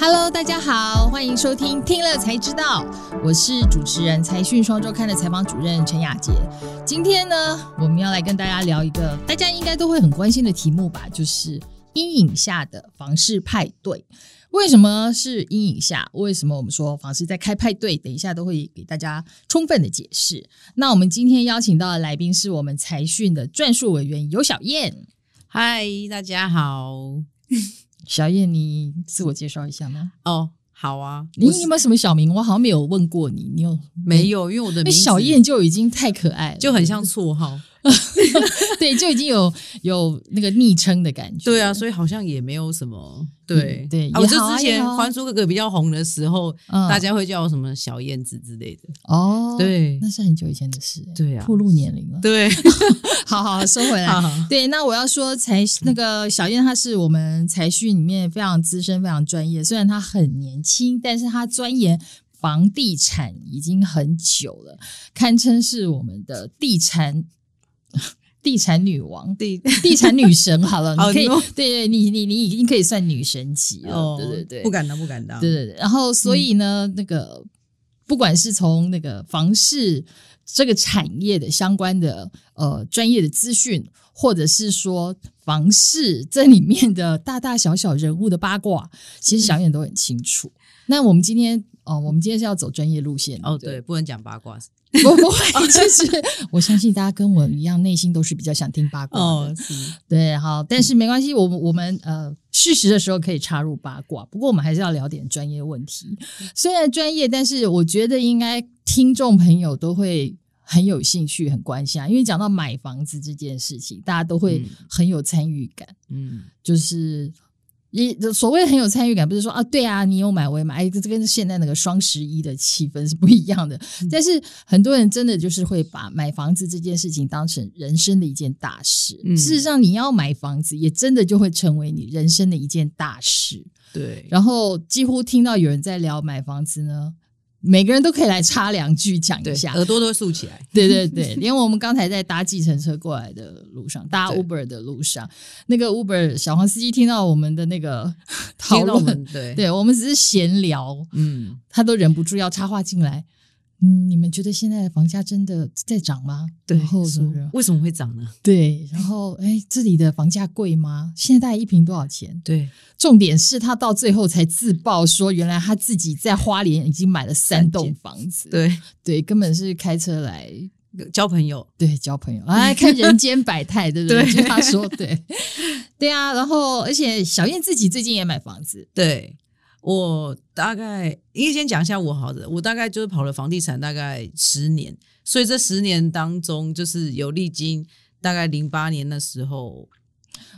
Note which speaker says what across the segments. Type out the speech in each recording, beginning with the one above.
Speaker 1: Hello，大家好，欢迎收听《听了才知道》，我是主持人财讯双周刊的采访主任陈雅杰。今天呢，我们要来跟大家聊一个大家应该都会很关心的题目吧，就是阴影下的房事派对。为什么是阴影下？为什么我们说房事在开派对？等一下都会给大家充分的解释。那我们今天邀请到的来宾是我们财讯的撰述委员尤小燕。
Speaker 2: 嗨，大家好。
Speaker 1: 小燕，你自我介绍一下吗？
Speaker 2: 哦，好啊，
Speaker 1: 你
Speaker 2: 我
Speaker 1: 有没有什么小名？我好像没有问过你，你有
Speaker 2: 没？有，因为我的
Speaker 1: 那
Speaker 2: 名字
Speaker 1: 哎小燕嗯就已经太可爱了，
Speaker 2: 就很像绰号。
Speaker 1: 对，就已经有有那个昵称的感觉。
Speaker 2: 对啊，所以好像也没有什么对、
Speaker 1: 嗯对
Speaker 2: 啊我
Speaker 1: 也
Speaker 2: 就
Speaker 1: 好啊
Speaker 2: 之前
Speaker 1: 也好
Speaker 2: 《
Speaker 1: 啊
Speaker 2: 还珠格格》比较红的时候，
Speaker 1: 嗯
Speaker 2: 大家会叫我什么小燕子之类的。
Speaker 1: 哦，，
Speaker 2: 对
Speaker 1: 那是很久以前的事，哎
Speaker 2: 对啊
Speaker 1: 暴露年龄了。
Speaker 2: 对，
Speaker 1: 好好收回来。对，那我要说财那个小燕，她是我们财讯里面非常资深、非常专业。虽然她很年轻，但是她钻研房地产已经很久了，堪称是我们的地产 地产女王。
Speaker 2: 对，
Speaker 1: 地产女神好了，你可以
Speaker 2: 好，
Speaker 1: 对对，你你你已经可以算女神级了，
Speaker 2: 哦，
Speaker 1: 对对对，
Speaker 2: 不敢当，嗯不敢当。
Speaker 1: 对对对，然后所以呢，那个不管是从那个房市这个产业的相关的呃专业的资讯，或者是说房市这里面的大大小小人物的八卦，其实
Speaker 2: 嗯
Speaker 1: 小眼都很清楚。那我们今天哦、我们今天是要走专业路线
Speaker 2: 哦，对，，不能讲八卦。
Speaker 1: 我 不会，就是 我相信大家跟我一样，内心都是比较想听八卦的。
Speaker 2: 哦，是
Speaker 1: 对，好，但是没关系，我们我们呃，适时的时候可以插入八卦，不过我们还是要聊点专业问题。虽然专业，但是我觉得应该听众朋友都会很有兴趣、很关心啊，因为讲到买房子这件事情，大家都会
Speaker 2: 嗯
Speaker 1: 很有参与感，
Speaker 2: 嗯，
Speaker 1: 就是。也所谓很有参与感，不是说啊，对啊，你有买我也买，哎，这这跟现在那个双十一的气氛是不一样的。
Speaker 2: 嗯
Speaker 1: 但是很多人真的就是会把买房子这件事情当成人生的一件大事。
Speaker 2: 嗯
Speaker 1: 事实上，你要买房子，也真的就会成为你人生的一件大事。
Speaker 2: 对，
Speaker 1: 然后几乎听到有人在聊买房子呢，每个人都可以来插两句讲
Speaker 2: 对呃
Speaker 1: 一，下。
Speaker 2: 耳朵都会竖起来。
Speaker 1: 对对对，连我们刚才在搭计程车过来的路上，搭
Speaker 2: 对
Speaker 1: Uber 的路上，那个 Uber 小黄司机听到我们的那个 讨
Speaker 2: 听到我
Speaker 1: 论
Speaker 2: 们，对，
Speaker 1: 对我们只是闲聊，
Speaker 2: 嗯，
Speaker 1: 他都忍不住要插话进来。嗯，你们觉得现在的房价真的在涨吗？
Speaker 2: 对
Speaker 1: 然后，什
Speaker 2: 说
Speaker 1: 么？
Speaker 2: 为什么会涨呢？
Speaker 1: 对，然后哎，这里的房价贵吗？现在大概一平多少钱？
Speaker 2: 对，
Speaker 1: 重点是他到最后才自曝说，原来他自己在花莲已经买了三栋房子。
Speaker 2: 对，
Speaker 1: 对，根本是开车来
Speaker 2: 交朋友，
Speaker 1: 对，交朋友，哎，看人间百态，对不 对？
Speaker 2: 对
Speaker 1: 就他说，对，对啊。然后，而且小燕自己最近也买房子，
Speaker 2: 对我大概，因为先讲一下我好的，我大概就是跑了房地产大概十年，所以这十年当中，就是有历经大概零八年那时候，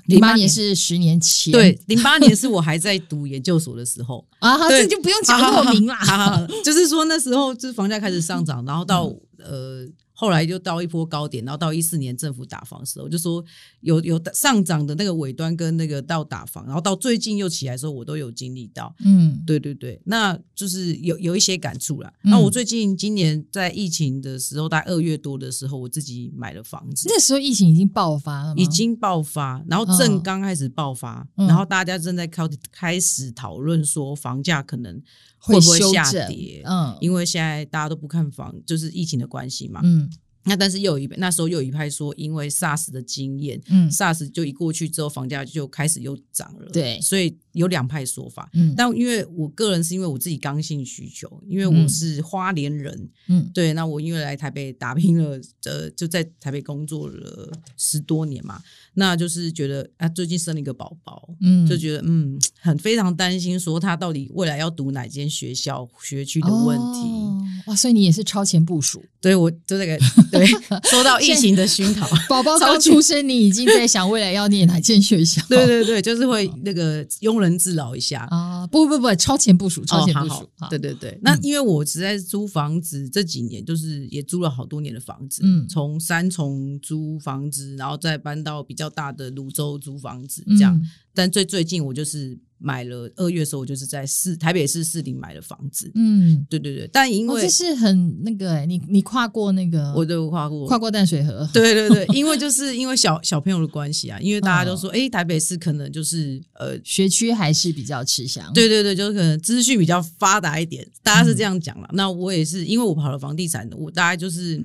Speaker 1: 零八
Speaker 2: 08
Speaker 1: 年是十年前，
Speaker 2: 对，零八年是我还在读研究所的时候，
Speaker 1: 啊，好
Speaker 2: 对
Speaker 1: 这就不 用讲那么明 啦。
Speaker 2: 好好好就是说那时候就是房价开始上涨，然后到、呃后来就到一波高点，然后到一四年政府打房的时候，我就说有有上涨的那个尾端跟那个到打房，然后到最近又起来的时候，我都有经历到。
Speaker 1: 嗯，
Speaker 2: 对对对，那就是有有一些感触啦。
Speaker 1: 嗯
Speaker 2: 那我最近今年在疫情的时候，大概二月多的时候，我自己买了房子，
Speaker 1: 那时候疫情已经爆发了吗，
Speaker 2: 已经爆发，然后正刚开始爆发，
Speaker 1: 嗯
Speaker 2: 然后大家正在开开始讨论说房价可能
Speaker 1: 会
Speaker 2: 不会
Speaker 1: 修
Speaker 2: 下
Speaker 1: 正
Speaker 2: 跌。
Speaker 1: 嗯
Speaker 2: 因为现在大家都不看房，就是疫情的关系嘛。
Speaker 1: 嗯
Speaker 2: 那但是又有一那时候又有一派说，因为 SARS 的经验、
Speaker 1: 嗯
Speaker 2: s a r s 就一过去之后，房价就开始又涨了。
Speaker 1: 对
Speaker 2: 所以有两派说法。
Speaker 1: 嗯
Speaker 2: 但因为我个人是因为我自己刚性需求，因为
Speaker 1: 嗯
Speaker 2: 我是花莲人，
Speaker 1: 嗯
Speaker 2: 对，那我因为来台北打拼了，呃，就在台北工作了十多年嘛，那就是觉得啊，最近生了一个宝宝，
Speaker 1: 嗯，
Speaker 2: 就觉得嗯，很非常担心说他到底未来要读哪间学校、学区的问题。
Speaker 1: 哦哇，所以你也是超前部 署，
Speaker 2: 对我 就那个对，说到疫情的熏陶，
Speaker 1: 宝宝
Speaker 2: 超
Speaker 1: 刚
Speaker 2: 前
Speaker 1: 出生，你已经在想未来要念哪间学校？
Speaker 2: 对对对，就是会
Speaker 1: 哦
Speaker 2: 那个庸人自扰一下。
Speaker 1: 啊，不不不，超前部署，超前部
Speaker 2: 哦
Speaker 1: 署
Speaker 2: 好，
Speaker 1: 好嗯
Speaker 2: 好，对对对。那因为我实在是租房子这几年，就是也租了好多年的房子，
Speaker 1: 嗯
Speaker 2: 从三重租房子，然后再搬到比较大的泸州租房子这样。
Speaker 1: 嗯
Speaker 2: 但最最近我就是买了二月的时候，我就是在市台北市市里买了房子。
Speaker 1: 嗯，
Speaker 2: 对对对，但因
Speaker 1: 哦，
Speaker 2: 为
Speaker 1: 这是很那个哎、你你跨过那个，
Speaker 2: 我都跨过，
Speaker 1: 跨过淡水河，
Speaker 2: 对对对，因为就是因为小小朋友的关系啊，因为
Speaker 1: 嗯
Speaker 2: 大家都说，哎、台北市可能就是呃，
Speaker 1: 学区还是比较吃香。，
Speaker 2: 对对对，就是可能资讯比较发达一点，大家是这样讲了。那我也是，因为我跑了房地产，我大概就是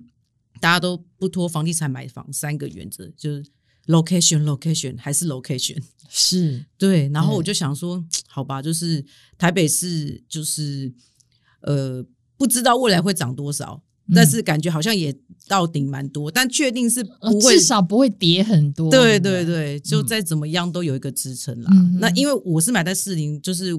Speaker 2: 大家都不拖房地产买房三个原则，就是 location location 还是 location。
Speaker 1: 是
Speaker 2: 对，然后
Speaker 1: 对
Speaker 2: 我就想说，好吧，就是台北市，就是呃，不知道未来会涨多少，
Speaker 1: 嗯
Speaker 2: 但是感觉好像也到顶蛮多，但确定是
Speaker 1: 呃
Speaker 2: 不会
Speaker 1: 至少不会跌很多。
Speaker 2: 对
Speaker 1: 不
Speaker 2: 对对，就
Speaker 1: 嗯
Speaker 2: 再怎么样都有一个支撑啦。
Speaker 1: 嗯哼
Speaker 2: 那因为我是买在士林，就是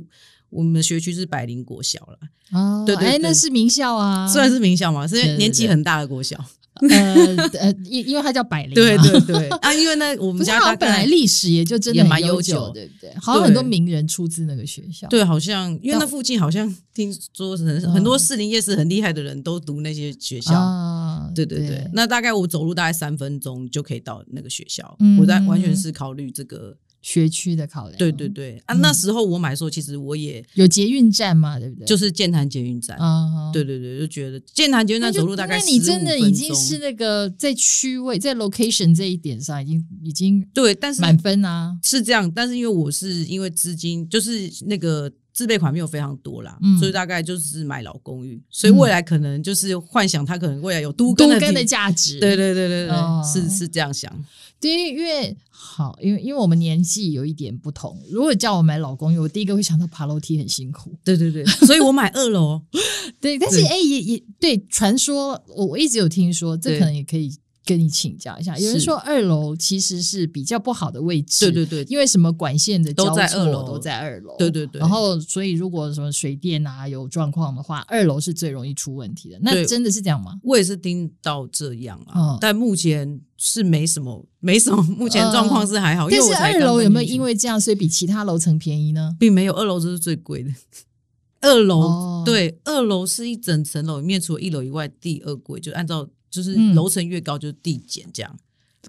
Speaker 2: 我们的学区是百灵国小啦，
Speaker 1: 哦，
Speaker 2: 对对对
Speaker 1: 哎，那是名校啊，
Speaker 2: 虽然是名校嘛，是因
Speaker 1: 对
Speaker 2: 为
Speaker 1: 对
Speaker 2: 年纪
Speaker 1: 对
Speaker 2: 很大的国小。
Speaker 1: 呃 呃，因因为它叫百灵嘛，
Speaker 2: 对 对对，啊，因为呢，我
Speaker 1: 不
Speaker 2: 们
Speaker 1: 是
Speaker 2: 家
Speaker 1: 它好
Speaker 2: 大
Speaker 1: 像本来
Speaker 2: 概
Speaker 1: 历史也就真的
Speaker 2: 也
Speaker 1: 很
Speaker 2: 蛮悠
Speaker 1: 久，
Speaker 2: 久
Speaker 1: 对不对？好像很多名人出自那个学校。
Speaker 2: 对，好像因为那
Speaker 1: 但
Speaker 2: 附近好像听说很很多士林夜市很厉害的人都读那些学校。
Speaker 1: 嗯啊，
Speaker 2: 对对对，那大概我走路大概三分钟就可以到那个学校
Speaker 1: 嗯。
Speaker 2: 我在完全是考虑这个，
Speaker 1: 学区的考量，
Speaker 2: 对对，对啊，
Speaker 1: 嗯
Speaker 2: 那时候我买的时候，其实我也
Speaker 1: 有捷运站嘛，对不对？
Speaker 2: 就是建潭捷运站，
Speaker 1: 啊，
Speaker 2: 对。对对，就觉得剑潭捷运
Speaker 1: 那
Speaker 2: 站
Speaker 1: 就
Speaker 2: 走路大概
Speaker 1: 那你
Speaker 2: 15
Speaker 1: 真的
Speaker 2: 分
Speaker 1: 已经
Speaker 2: 钟
Speaker 1: 是那个在区位在 location 这一点上已经已经
Speaker 2: 对，但是
Speaker 1: 满分啊，
Speaker 2: 是这样，但是因为我是因为资金就是那个自备款没有非常多啦，
Speaker 1: 嗯
Speaker 2: 所以大概就是买老公寓，所以未来可能就是幻想它可能未来有都
Speaker 1: 都
Speaker 2: 更的
Speaker 1: 跟的
Speaker 2: 地
Speaker 1: 价值，
Speaker 2: 对对对对对，
Speaker 1: 哦
Speaker 2: 是是这样 想，
Speaker 1: 对，因为好，因为因为我们年纪有一点不同。如果叫我买老公寓，我第一个会想到爬楼梯很辛苦。
Speaker 2: 对对对，所以我买二楼，哦
Speaker 1: 对，但是
Speaker 2: 对
Speaker 1: 哎、也也对，传说我我一直有听说，这
Speaker 2: 对
Speaker 1: 可能也可以跟你请教一下。有人
Speaker 2: 是
Speaker 1: 说二楼其实是比较不好的位置，
Speaker 2: 对对对
Speaker 1: 因为什么管线的
Speaker 2: 都在
Speaker 1: 交错
Speaker 2: 二楼
Speaker 1: 都在二楼，
Speaker 2: 对对对
Speaker 1: 然后所以如果什么水电啊有状况的话，二楼是最容易出问题的。那
Speaker 2: 对
Speaker 1: 真的是这样吗？
Speaker 2: 我也是听到这样
Speaker 1: 嗯
Speaker 2: 啊，但目前是没什么没什么，目前状况是还好，
Speaker 1: 嗯
Speaker 2: 因
Speaker 1: 但
Speaker 2: 为
Speaker 1: 是
Speaker 2: 我
Speaker 1: 二
Speaker 2: 才刚
Speaker 1: 楼
Speaker 2: 搬
Speaker 1: 有没有
Speaker 2: 进去
Speaker 1: 因为这样，所以比其他楼层便宜呢？
Speaker 2: 并没有，二楼这是最贵的。 二楼、
Speaker 1: 哦
Speaker 2: 对，二楼是一整层楼里面除了一楼以外第二贵，就按照就是
Speaker 1: 嗯
Speaker 2: 楼层越高就是递减这样。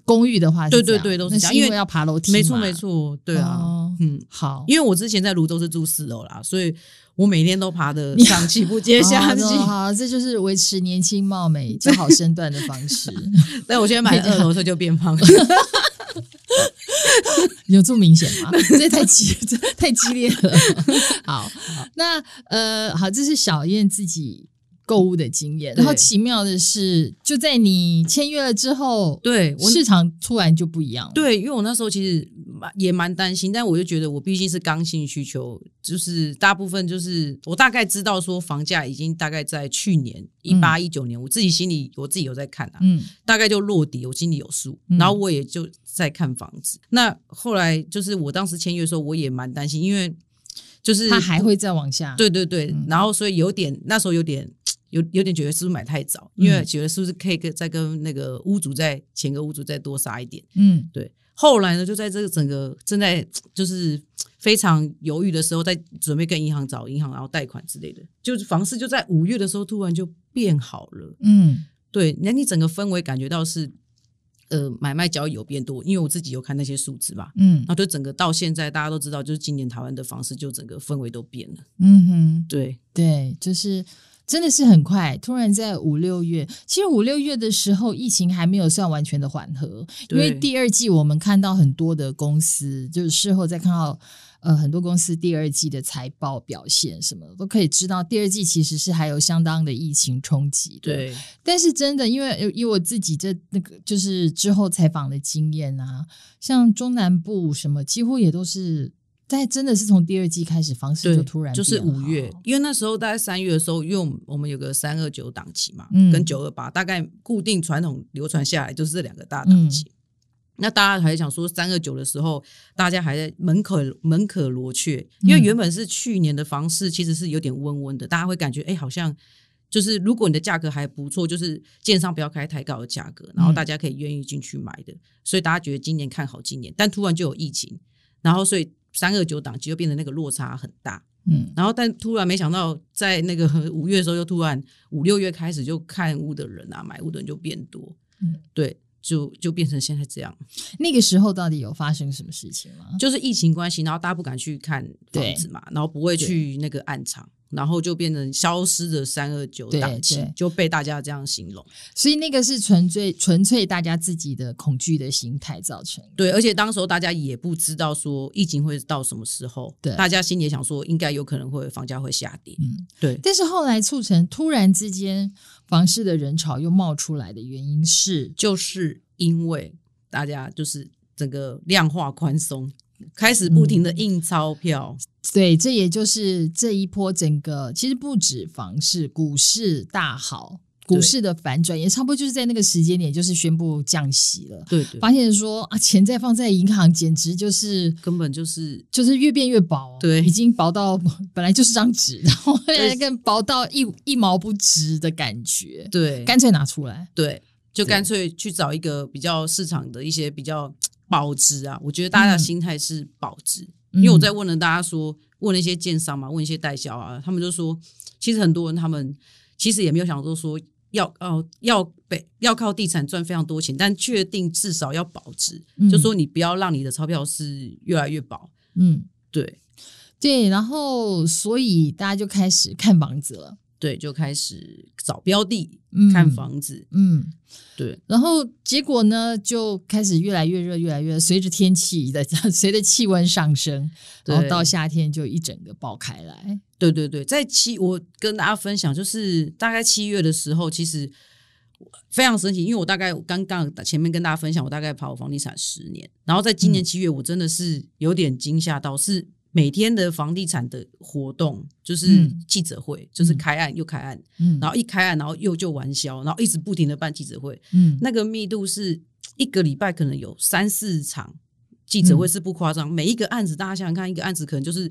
Speaker 1: 公寓的话是
Speaker 2: 对对
Speaker 1: 这样
Speaker 2: 对都是
Speaker 1: 那
Speaker 2: 这样
Speaker 1: 因
Speaker 2: 因为
Speaker 1: 为要爬楼梯嘛，
Speaker 2: 没错没错，对啊，
Speaker 1: 哦
Speaker 2: 嗯，
Speaker 1: 好，
Speaker 2: 因为我之前在泸州是住四楼啦，所以我每天都爬的上气不接下 气。
Speaker 1: 好好，这就是维持年轻貌美、姣好身段的方 式。
Speaker 2: 但我现在买了二 楼，所以就变胖。
Speaker 1: 有这么明显吗？ 这太激，这太激烈了。 好，那呃，好，这是小燕自己购物的经验。
Speaker 2: 对
Speaker 1: 然后奇妙的是，就在你签约了之后，
Speaker 2: 对，我
Speaker 1: 市场突然就不一样了。，
Speaker 2: 对，因为我那时候其实蛮也蛮担心，但我就觉得我毕竟是刚性需求，就是大部分就是我大概知道说房价已经大概在去年一八一九年，我自己心里我自己有在看啊，
Speaker 1: 嗯
Speaker 2: 大概就落底，我心里有数，
Speaker 1: 嗯
Speaker 2: 然后我也就在看房子。那后来就是我当时签约的时候，我也蛮担心，因为就是
Speaker 1: 它还会再往下。，
Speaker 2: 对对对，
Speaker 1: 嗯
Speaker 2: 然后所以有点那时候有点有有点觉得是不是买太早，因
Speaker 1: 嗯
Speaker 2: 为觉得是不是可以跟再跟那个屋主再前个屋主再多杀一点。
Speaker 1: 嗯
Speaker 2: 对，后来呢，就在这个整个正在就是非常犹豫的时候，在准备跟银行找银行然后贷款之类的，就是房市就在五月的时候突然就变好了。
Speaker 1: 嗯，
Speaker 2: 对，那你整个氛围感觉到是，呃，买卖交易有变多，因为我自己有看那些数字嘛，
Speaker 1: 嗯
Speaker 2: 然后就整个到现在大家都知道，就是今年台湾的房市就整个氛围都变了。
Speaker 1: 嗯哼。
Speaker 2: 对，
Speaker 1: 对，就是真的是很快，突然在五六月，其实五六月的时候，疫情还没有算完全的缓和，因为
Speaker 2: 对
Speaker 1: 第二季我们看到很多的公司，就是事后再看到。呃，很多公司第二季的财报表现什么都可以知道，第二季其实是还有相当的疫情冲击的。，
Speaker 2: 对，
Speaker 1: 但是真的，因为以我自己这那个就是之后采访的经验啊，像中南部什么，几乎也都是，但真的是从第二季开始，房市
Speaker 2: 对，
Speaker 1: 就突然
Speaker 2: 就是
Speaker 1: 变
Speaker 2: 五月
Speaker 1: 好，
Speaker 2: 因为那时候大概三月的时候，因为我们我们有个三二九档期嘛，
Speaker 1: 嗯
Speaker 2: 跟九二八，大概固定传统流传下来就是这两个大
Speaker 1: 嗯
Speaker 2: 档期。那大家还想说三二九的时候，大家还在门可门可罗雀，因为
Speaker 1: 嗯
Speaker 2: 原本是去年的房市其实是有点温温的，大家会感觉哎、好像就是如果你的价格还不错，就是建商不要开太高的价格，然后
Speaker 1: 嗯
Speaker 2: 大家可以愿意进去买的，所以大家觉得今年看好今年，但突然就有疫情，然后所以三二九档期就变得那个落差很大，
Speaker 1: 嗯，
Speaker 2: 然后但突然没想到，在那个 五月的时候，又突然五六月开始就看屋的人啊，买屋的人就变多，
Speaker 1: 嗯
Speaker 2: 对，就就变成现在这样，
Speaker 1: 那个时候到底有发生什么事情吗？
Speaker 2: 就是疫情关系，然后大家不敢去看
Speaker 1: 对
Speaker 2: 房子嘛，然后不会去那个暗场。然后就变成消失的三二九
Speaker 1: 对
Speaker 2: 档期
Speaker 1: 对，
Speaker 2: 就被大家这样形容。
Speaker 1: 所以那个是纯粹纯粹大家自己的恐惧的心态造成的。
Speaker 2: 对，而且当时候大家也不知道说疫情会到什么时候，
Speaker 1: 对
Speaker 2: 大家心里也想说应该有可能会房价会下跌，
Speaker 1: 嗯，
Speaker 2: 对，
Speaker 1: 但是后来促成突然之间房市的人潮又冒出来的原因是，
Speaker 2: 就是因为大家就是整个量化宽松，开始不停的
Speaker 1: 嗯
Speaker 2: 印钞票，
Speaker 1: 对，这也就是这一波整个其实不止房市，股市大好，股
Speaker 2: 对
Speaker 1: 市的反转也差不多就是在那个时间点，就是宣布降息了，
Speaker 2: 对对，
Speaker 1: 发现说啊，钱再放在银行简直就是。
Speaker 2: 根本就是
Speaker 1: 就是越变越薄、哦
Speaker 2: 对
Speaker 1: 已经薄到 本来就是张纸，然后现在
Speaker 2: 对
Speaker 1: 更薄到一一毛不值的感觉，
Speaker 2: 对
Speaker 1: 干脆拿出来。
Speaker 2: 对，就
Speaker 1: 对
Speaker 2: 干脆去找一个比较市场的一些比较保值啊，我觉得大家的
Speaker 1: 嗯
Speaker 2: 心态是保值，
Speaker 1: 因
Speaker 2: 因为我在问了大家说，问了一些建商嘛，问一些代销啊，他们就说，其实很多人他们其实也没有想说说要哦要被要靠地产赚非常多钱，但确定至少要保值，
Speaker 1: 嗯
Speaker 2: 就说你不要让你的钞票是越来越薄。
Speaker 1: 嗯，
Speaker 2: 对
Speaker 1: 对，然后所以大家就开始看房子了，
Speaker 2: 对，就开始找标的
Speaker 1: 嗯
Speaker 2: 看房子。
Speaker 1: 嗯，
Speaker 2: 对
Speaker 1: 然后结果呢就开始越来越热，越来越热随着天气的 随着气温上升，
Speaker 2: 对
Speaker 1: 然后到夏天就一整个爆开来。
Speaker 2: 对对对，在七我跟大家分享，就是大概七月的时候，其实非常神奇，因为我大概刚刚前面跟大家分享，我大概跑房地产十年，然后在今
Speaker 1: 嗯
Speaker 2: 年七月，我真的是有点惊吓到，是每天的房地产的活动，就是
Speaker 1: 嗯
Speaker 2: 记者会，就是开案又开案，
Speaker 1: 嗯，
Speaker 2: 然后一开案，然后又就完销，然后一直不停的办记者会，
Speaker 1: 嗯，
Speaker 2: 那个密度是一个礼拜可能有三四场记者会
Speaker 1: 嗯
Speaker 2: 是不夸张，每一个案子大家想想看，一个案子可能就是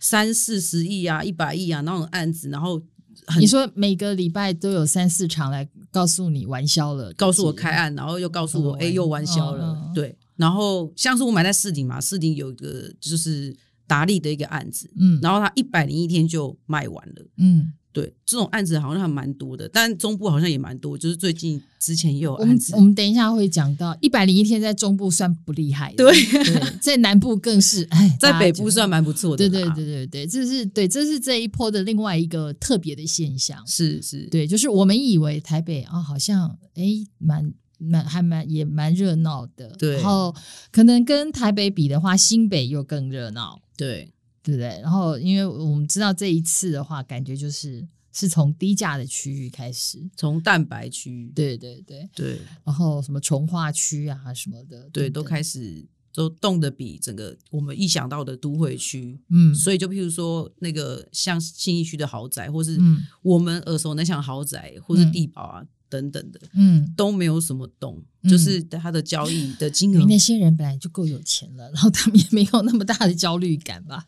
Speaker 2: 三四十亿啊、一百亿啊那种案子，然后很
Speaker 1: 你说每个礼拜都有三四场来告诉你玩消了，
Speaker 2: 告诉我
Speaker 1: 这
Speaker 2: 开啊案，然后又告诉我
Speaker 1: 哦
Speaker 2: 哎又完销了，
Speaker 1: 哦哦
Speaker 2: 对，然后像是我买在市顶嘛，市顶有一个就是达利的一个案子，
Speaker 1: 嗯，
Speaker 2: 然后他一百零一天就卖完了。
Speaker 1: 嗯，
Speaker 2: 对，这种案子好像还蛮多的，但中部好像也蛮多，就是最近之前也有
Speaker 1: 我们
Speaker 2: 案子
Speaker 1: 我，们等一下会讲到一百零一天在中部算不厉害的，对，在南部更 是，哎，
Speaker 2: 在
Speaker 1: 大
Speaker 2: 北
Speaker 1: 家觉得
Speaker 2: 部算蛮不错的
Speaker 1: 对
Speaker 2: 啦，
Speaker 1: 对对对对，这是对，这是这一波的另外一个特别的现象。
Speaker 2: 是是，
Speaker 1: 对，就是我们以为台北啊、好像诶蛮蛮还蛮也蛮热闹的，
Speaker 2: 对
Speaker 1: 然后可能跟台北比的话，新北又更热闹，
Speaker 2: 对
Speaker 1: 对不对？然后因为我们知道这一次的话，感觉就是是从低价的区域开始，
Speaker 2: 从蛋白区，
Speaker 1: 对对对，
Speaker 2: 对
Speaker 1: 然后什么从化区啊什么的，
Speaker 2: 对，
Speaker 1: 等
Speaker 2: 都
Speaker 1: 等
Speaker 2: 开始都动得比整个我们一想到的都会区，
Speaker 1: 嗯
Speaker 2: 所以就譬如说那个像信义区的豪宅，或是
Speaker 1: 嗯
Speaker 2: 我们耳熟能详的豪宅，或是
Speaker 1: 嗯
Speaker 2: 地堡啊、等等的，
Speaker 1: 嗯。
Speaker 2: 都没有什么动，
Speaker 1: 嗯
Speaker 2: 就是它的交易的金
Speaker 1: 因为
Speaker 2: 额
Speaker 1: 那些人本来就够有钱了，然后他们也没有那么大的焦虑感吧？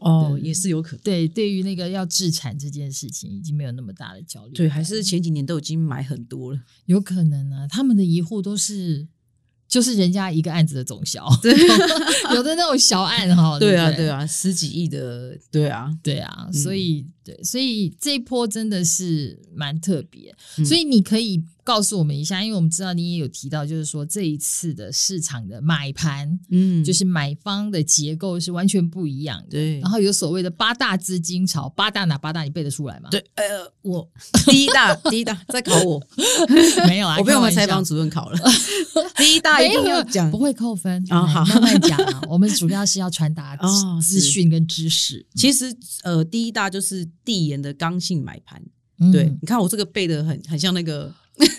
Speaker 2: 哦
Speaker 1: 对
Speaker 2: 也是有可能。
Speaker 1: 对，对于那个要制产这件事情，已经没有那么大的焦虑感。
Speaker 2: 对，还是前几年都已经买很多了，
Speaker 1: 有可能啊，他们的一户都是就是人家一个案子的总销， 有的那种小案哈，
Speaker 2: 对啊，
Speaker 1: 不
Speaker 2: 对啊，十几亿的，对啊，
Speaker 1: 对啊，
Speaker 2: 嗯
Speaker 1: 所以、对，所以这一波真的是蛮特别。
Speaker 2: 嗯
Speaker 1: 所以你可以告诉我们一下，因为我们知道你也有提到，就是说这一次的市场的买盘，
Speaker 2: 嗯，
Speaker 1: 就是买方的结构是完全不一样的。
Speaker 2: 对，
Speaker 1: 然后有所谓的八大资金潮，八大哪八大？你背得出来吗？，
Speaker 2: 对，呃，我 第一大，第一大在考我，
Speaker 1: 没有啊，
Speaker 2: 我被我们采
Speaker 1: 开玩笑
Speaker 2: 访主 任考了，第一大一
Speaker 1: 没有啊
Speaker 2: 定要讲
Speaker 1: 不，会扣分嗯
Speaker 2: 哦好
Speaker 1: 慢慢讲啊。我们主要是要传达资
Speaker 2: 哦
Speaker 1: 资
Speaker 2: 是
Speaker 1: 讯跟知识。
Speaker 2: 其实呃，第一大就是地缘的刚性买盘。
Speaker 1: 嗯
Speaker 2: 对，你看我这个背的很很像那个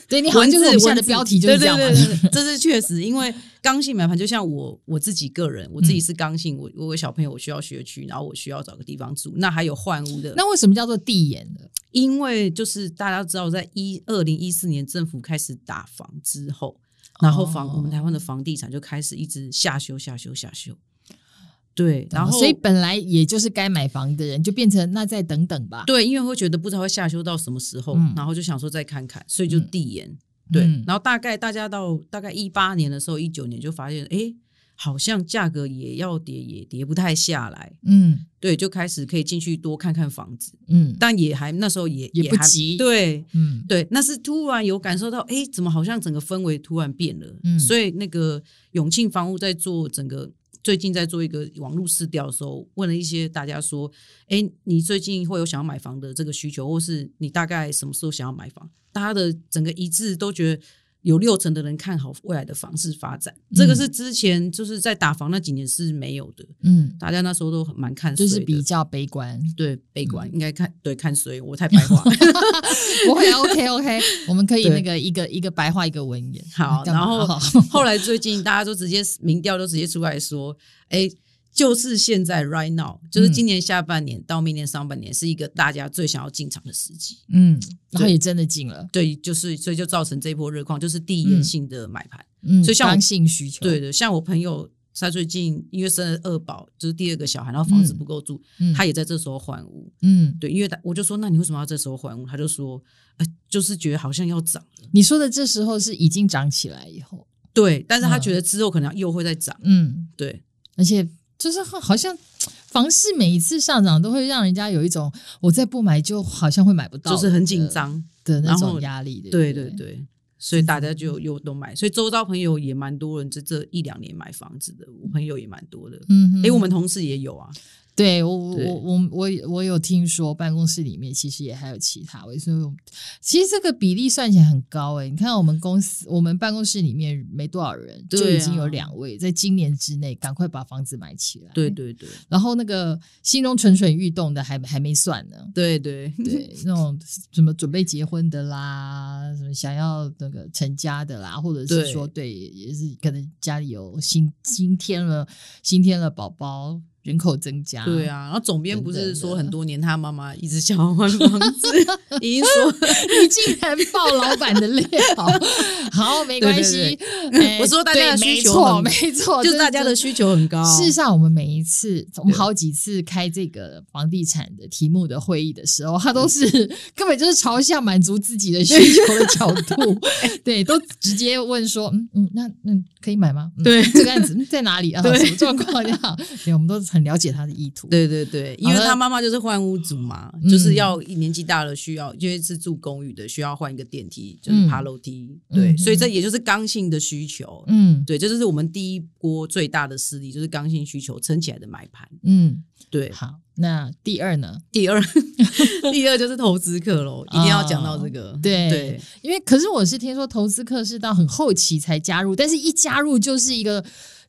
Speaker 1: 对，你好
Speaker 2: 文
Speaker 1: 像就
Speaker 2: 字
Speaker 1: 是我们现在
Speaker 2: 文
Speaker 1: 的
Speaker 2: 字
Speaker 1: 标题就是这样嘛。
Speaker 2: 对对对对这是确实，因为刚性买盘就像我我自己个人，我自己
Speaker 1: 嗯
Speaker 2: 是刚性，我我有小朋友我需要学区，然后我需要找个地方住，那还有换屋的。
Speaker 1: 那为什么叫做地眼的？
Speaker 2: 因为就是大家知道，在一二零一四年政府开始打房之后，然后房、
Speaker 1: 哦
Speaker 2: 我们台湾的房地产就开始一直下修下修下修。对，然后
Speaker 1: 哦所以本来也就是该买房的人，就变成那再等等吧。
Speaker 2: 对，因为会觉得不知道会下修到什么时候，
Speaker 1: 嗯
Speaker 2: 然后就想说再看看，所以就
Speaker 1: 嗯
Speaker 2: 递延。对，
Speaker 1: 嗯
Speaker 2: 然后大概大家到大概一八年的时候，一九年就发现，哎，好像价格也要跌，也跌不太下来。
Speaker 1: 嗯
Speaker 2: 对，就开始可以进去多看看房子，
Speaker 1: 嗯
Speaker 2: 但也还那时候也
Speaker 1: 也不
Speaker 2: 还
Speaker 1: 急
Speaker 2: 对
Speaker 1: 嗯
Speaker 2: 对，那是突然有感受到，哎，怎么好像整个氛围突然变了？
Speaker 1: 嗯
Speaker 2: 所以那个永庆房屋在做整个最近在做一个网络市调的时候，问了一些大家说，哎，你最近会有想要买房的这个需求，或是你大概什么时候想要买房？大家的整个一致都觉得。有六成的人看好未来的房市发展，这个
Speaker 1: 嗯
Speaker 2: 是之前就是在打房那几年是没有的，
Speaker 1: 嗯，
Speaker 2: 大家那时候都蛮看
Speaker 1: 就
Speaker 2: 衰的，
Speaker 1: 是比较嗯悲观。
Speaker 2: 对悲观，应该看对看衰，我太白话。
Speaker 1: 不会，OK OK，我 们可以
Speaker 2: 对
Speaker 1: 那个一个一个白话一个文言。嗯
Speaker 2: 好，
Speaker 1: 干嘛
Speaker 2: 然后
Speaker 1: 好
Speaker 2: 后来最近大家都直接民调都直接出来说，哎，就是现在 right now，就是今年下半年到明年上半年是一个大家最想要进场的时机。
Speaker 1: 嗯，然后也真的进了，
Speaker 2: 对，就是所以就造成这一波热况，就是第一眼性的买盘。
Speaker 1: 嗯，
Speaker 2: 所以像我
Speaker 1: 刚性需求，
Speaker 2: 对，的，像我朋友他最近因为生了二宝，就是第二个小孩，然后房子
Speaker 1: 嗯
Speaker 2: 不够住，
Speaker 1: 嗯
Speaker 2: 他也在这时候换屋。
Speaker 1: 嗯，
Speaker 2: 对，因为他我就说，那你为什么要这时候换屋？他就说，哎，就是觉得好像要涨了。
Speaker 1: 你说的这时候是已经涨起来以后，
Speaker 2: 对，但是他
Speaker 1: 嗯
Speaker 2: 觉得之后可能又会再涨。
Speaker 1: 嗯，
Speaker 2: 对，
Speaker 1: 而且就是好像房市每一次上涨都会让人家有一种我再不买就好像会买不到，
Speaker 2: 就是很紧张。
Speaker 1: 的那
Speaker 2: 然
Speaker 1: 种
Speaker 2: 后
Speaker 1: 压力，对不
Speaker 2: 对
Speaker 1: 对嗯
Speaker 2: 对对，所以大家就又都买，所以周遭朋友也蛮多人，这这一两年买房子的，我朋友也蛮多的。
Speaker 1: 嗯哼，
Speaker 2: 诶，我们同事也有啊，
Speaker 1: 对我我
Speaker 2: 对
Speaker 1: 我我我我有听说办公室里面其实也还有其他位，所以我其实这个比例算起来很高诶、你看我们公司我们办公室里面没多少人，
Speaker 2: 对啊
Speaker 1: 就已经有两位在今年之内赶快把房子买起来。
Speaker 2: 对。对对
Speaker 1: 然后那个心中蠢蠢欲动的还还没算呢，
Speaker 2: 对对
Speaker 1: 对，啊那种什么准备结婚的啦，什么想要那个成家的啦，或者是
Speaker 2: 对
Speaker 1: 说对，也是可能家里有新新添了新添了宝宝，人口增加，
Speaker 2: 对啊！然后总编
Speaker 1: 等
Speaker 2: 不
Speaker 1: 等
Speaker 2: 是
Speaker 1: 的
Speaker 2: 说很多年他妈妈一直想要换房子，已经 说
Speaker 1: 你竟然爆老板的料， 好，没关系。哎
Speaker 2: 我说大家的
Speaker 1: 对
Speaker 2: 需求
Speaker 1: 没错，
Speaker 2: 很
Speaker 1: 没错，
Speaker 2: 就是大家的
Speaker 1: 需
Speaker 2: 需求很高，
Speaker 1: 事实上，我们每一次，我们
Speaker 2: 对
Speaker 1: 好几次开这个房地产的题目的会议的时候，他都是
Speaker 2: 嗯
Speaker 1: 根本就是朝向满足自己的需求的角 度，对，都直接问说，嗯嗯，那那可以买吗？嗯
Speaker 2: 对
Speaker 1: 这个案子嗯在哪里啊？
Speaker 2: 对
Speaker 1: 什么状况这 样？对，我们都很了解他的意图。
Speaker 2: 对对对，因为他妈妈就是换屋主嘛，
Speaker 1: 嗯
Speaker 2: 就是要年纪大了需要，因为是住公寓的，需要换一个电梯，就是爬
Speaker 1: 嗯
Speaker 2: 楼梯。
Speaker 1: 嗯
Speaker 2: 对，
Speaker 1: 嗯
Speaker 2: 所以这也就是刚性的需求。
Speaker 1: 嗯
Speaker 2: 对，这就是我们第一波最大的势力，就是刚性需求撑起来的买盘。
Speaker 1: 嗯，
Speaker 2: 对，
Speaker 1: 好，那第二呢？
Speaker 2: 第二，第二就是投资客喽，一定要讲到这个。
Speaker 1: 哦对
Speaker 2: 对
Speaker 1: 因为可是我是听说投资客是到很后期才加入，但是一加入就是一个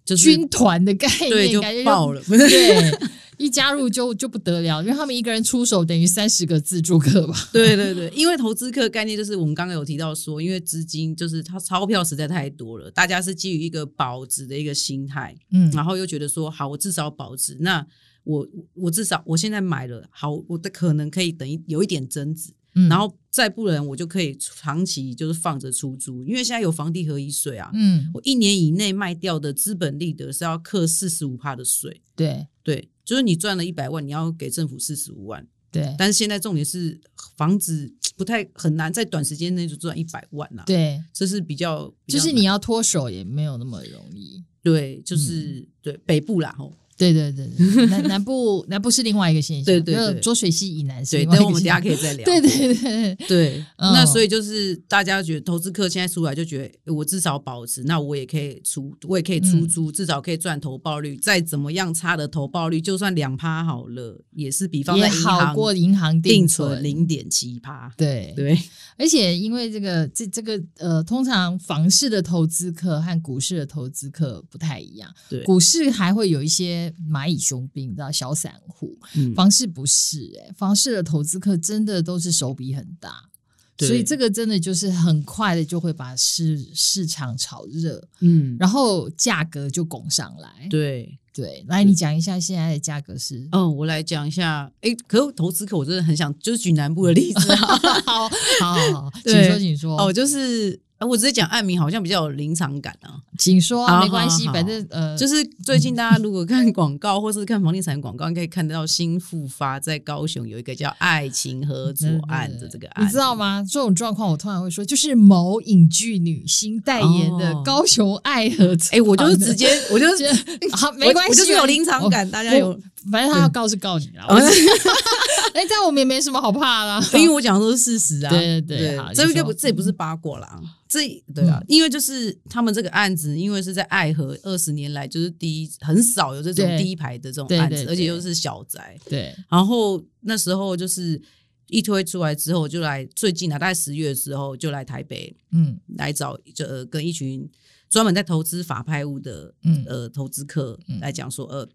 Speaker 2: 就是
Speaker 1: 军团的概念，
Speaker 2: 对，就
Speaker 1: 感觉
Speaker 2: 爆了。
Speaker 1: 对，一加入就就不得了，因为他们一个人出手等于三十个自助客吧。
Speaker 2: 对对对，因为投资客概念就是我们刚刚有提到说，因为资金就是它钞票实在太多了，大家是基于一个保值的一个心态，
Speaker 1: 嗯
Speaker 2: 然后又觉得说，好，我至少保值，那我我至少我现在买了，好，我的可能可以等一有一点增值，
Speaker 1: 嗯
Speaker 2: 然后再不然我就可以长期就是放着出租，因为现在有房地合一税啊，
Speaker 1: 嗯，
Speaker 2: 我一年以内卖掉的资本利得是要课四十五趴的税，
Speaker 1: 对
Speaker 2: 对，就是你赚了一百万，你要给政府四十五万，
Speaker 1: 对
Speaker 2: 但是现在重点是房子不太很难在短时间内就赚一百万啦、
Speaker 1: 对，
Speaker 2: 这是比较比
Speaker 1: 就
Speaker 2: 较
Speaker 1: 是
Speaker 2: 难
Speaker 1: 你要脱手也没有那么容易。
Speaker 2: 对，就是、
Speaker 1: 嗯
Speaker 2: 对北部啦吼，
Speaker 1: 对对对，对南南部南部是另外一个现象，
Speaker 2: 对对对
Speaker 1: 就是浊水溪以南是
Speaker 2: 对，
Speaker 1: 另外一
Speaker 2: 等
Speaker 1: 个
Speaker 2: 我们
Speaker 1: 现
Speaker 2: 等一
Speaker 1: 象。
Speaker 2: 下可以再聊。
Speaker 1: 啊对对对，对
Speaker 2: 对，
Speaker 1: 嗯
Speaker 2: 那所以就是大家觉得投资客现在出来就觉得，呃我至少保值，那我也可以出，我也可以出租，至少可以赚投报率。再怎么样差的投报率，就算两趴好了，也是比方
Speaker 1: 也
Speaker 2: 在银
Speaker 1: 好
Speaker 2: 行
Speaker 1: 过银行
Speaker 2: 定
Speaker 1: 存
Speaker 2: 存。零点七趴。
Speaker 1: 对，
Speaker 2: 对
Speaker 1: 而且因为这个这这个呃，通常房市的投资客和股市的投资客不太一样，
Speaker 2: 对，
Speaker 1: 股市还会有一些蚂蚁雄兵，你知道小散户，
Speaker 2: 嗯
Speaker 1: 房市不是、欸，房市的投资客真的都是手笔很大，
Speaker 2: 对
Speaker 1: 所以这个真的就是很快的就会把市市场炒热，
Speaker 2: 嗯，
Speaker 1: 然后价格就拱上来。
Speaker 2: 对。。
Speaker 1: 对来你讲一下现在的价格是
Speaker 2: 嗯，我来讲一下。哎，可是投资客 我真的很想，就是举南部的例子啊。
Speaker 1: 好好好，请
Speaker 2: 对
Speaker 1: 说，请说。
Speaker 2: 哦，就是啊我直接讲案名好像比较有临场感啊。
Speaker 1: 请说啊，
Speaker 2: 好
Speaker 1: 没关系，
Speaker 2: 好好
Speaker 1: 反正呃，
Speaker 2: 就是是最近大家如果看广告或是看房地产广告，你可以看得到新复发在高雄有一个叫“爱情合作案”的这个案，
Speaker 1: 嗯你知道？吗？这种状况我突然会说，就是某影剧女星代言的
Speaker 2: 哦
Speaker 1: 高雄爱和
Speaker 2: 哎、我就是直接，我就
Speaker 1: 觉
Speaker 2: 是
Speaker 1: 得 好，没关系，啊哦
Speaker 2: 我就是有临场感，哦大家有
Speaker 1: 我。反正他要告是 告你啦。我哎，这样我们也没什么好怕啦。
Speaker 2: 因为我讲的都是事实啊，
Speaker 1: 对对对好
Speaker 2: 这
Speaker 1: 你
Speaker 2: 个
Speaker 1: 说
Speaker 2: 不这也不是八卦啦，这对啊
Speaker 1: 嗯，
Speaker 2: 因为就是他们这个案子，因为是在爱河二十年来就是第一很少有这种
Speaker 1: 对
Speaker 2: 第一排的这
Speaker 1: 对
Speaker 2: 种案
Speaker 1: 对
Speaker 2: 子，
Speaker 1: 对
Speaker 2: 而且又是小宅，
Speaker 1: 对，
Speaker 2: 然后那时候就是一推出来之后，就来最近啊，大概十月的时候就来台北
Speaker 1: 嗯
Speaker 2: 来找，就呃跟一群专门在投资法拍屋的
Speaker 1: 嗯
Speaker 2: 呃投资客
Speaker 1: 嗯
Speaker 2: 来讲说，呃，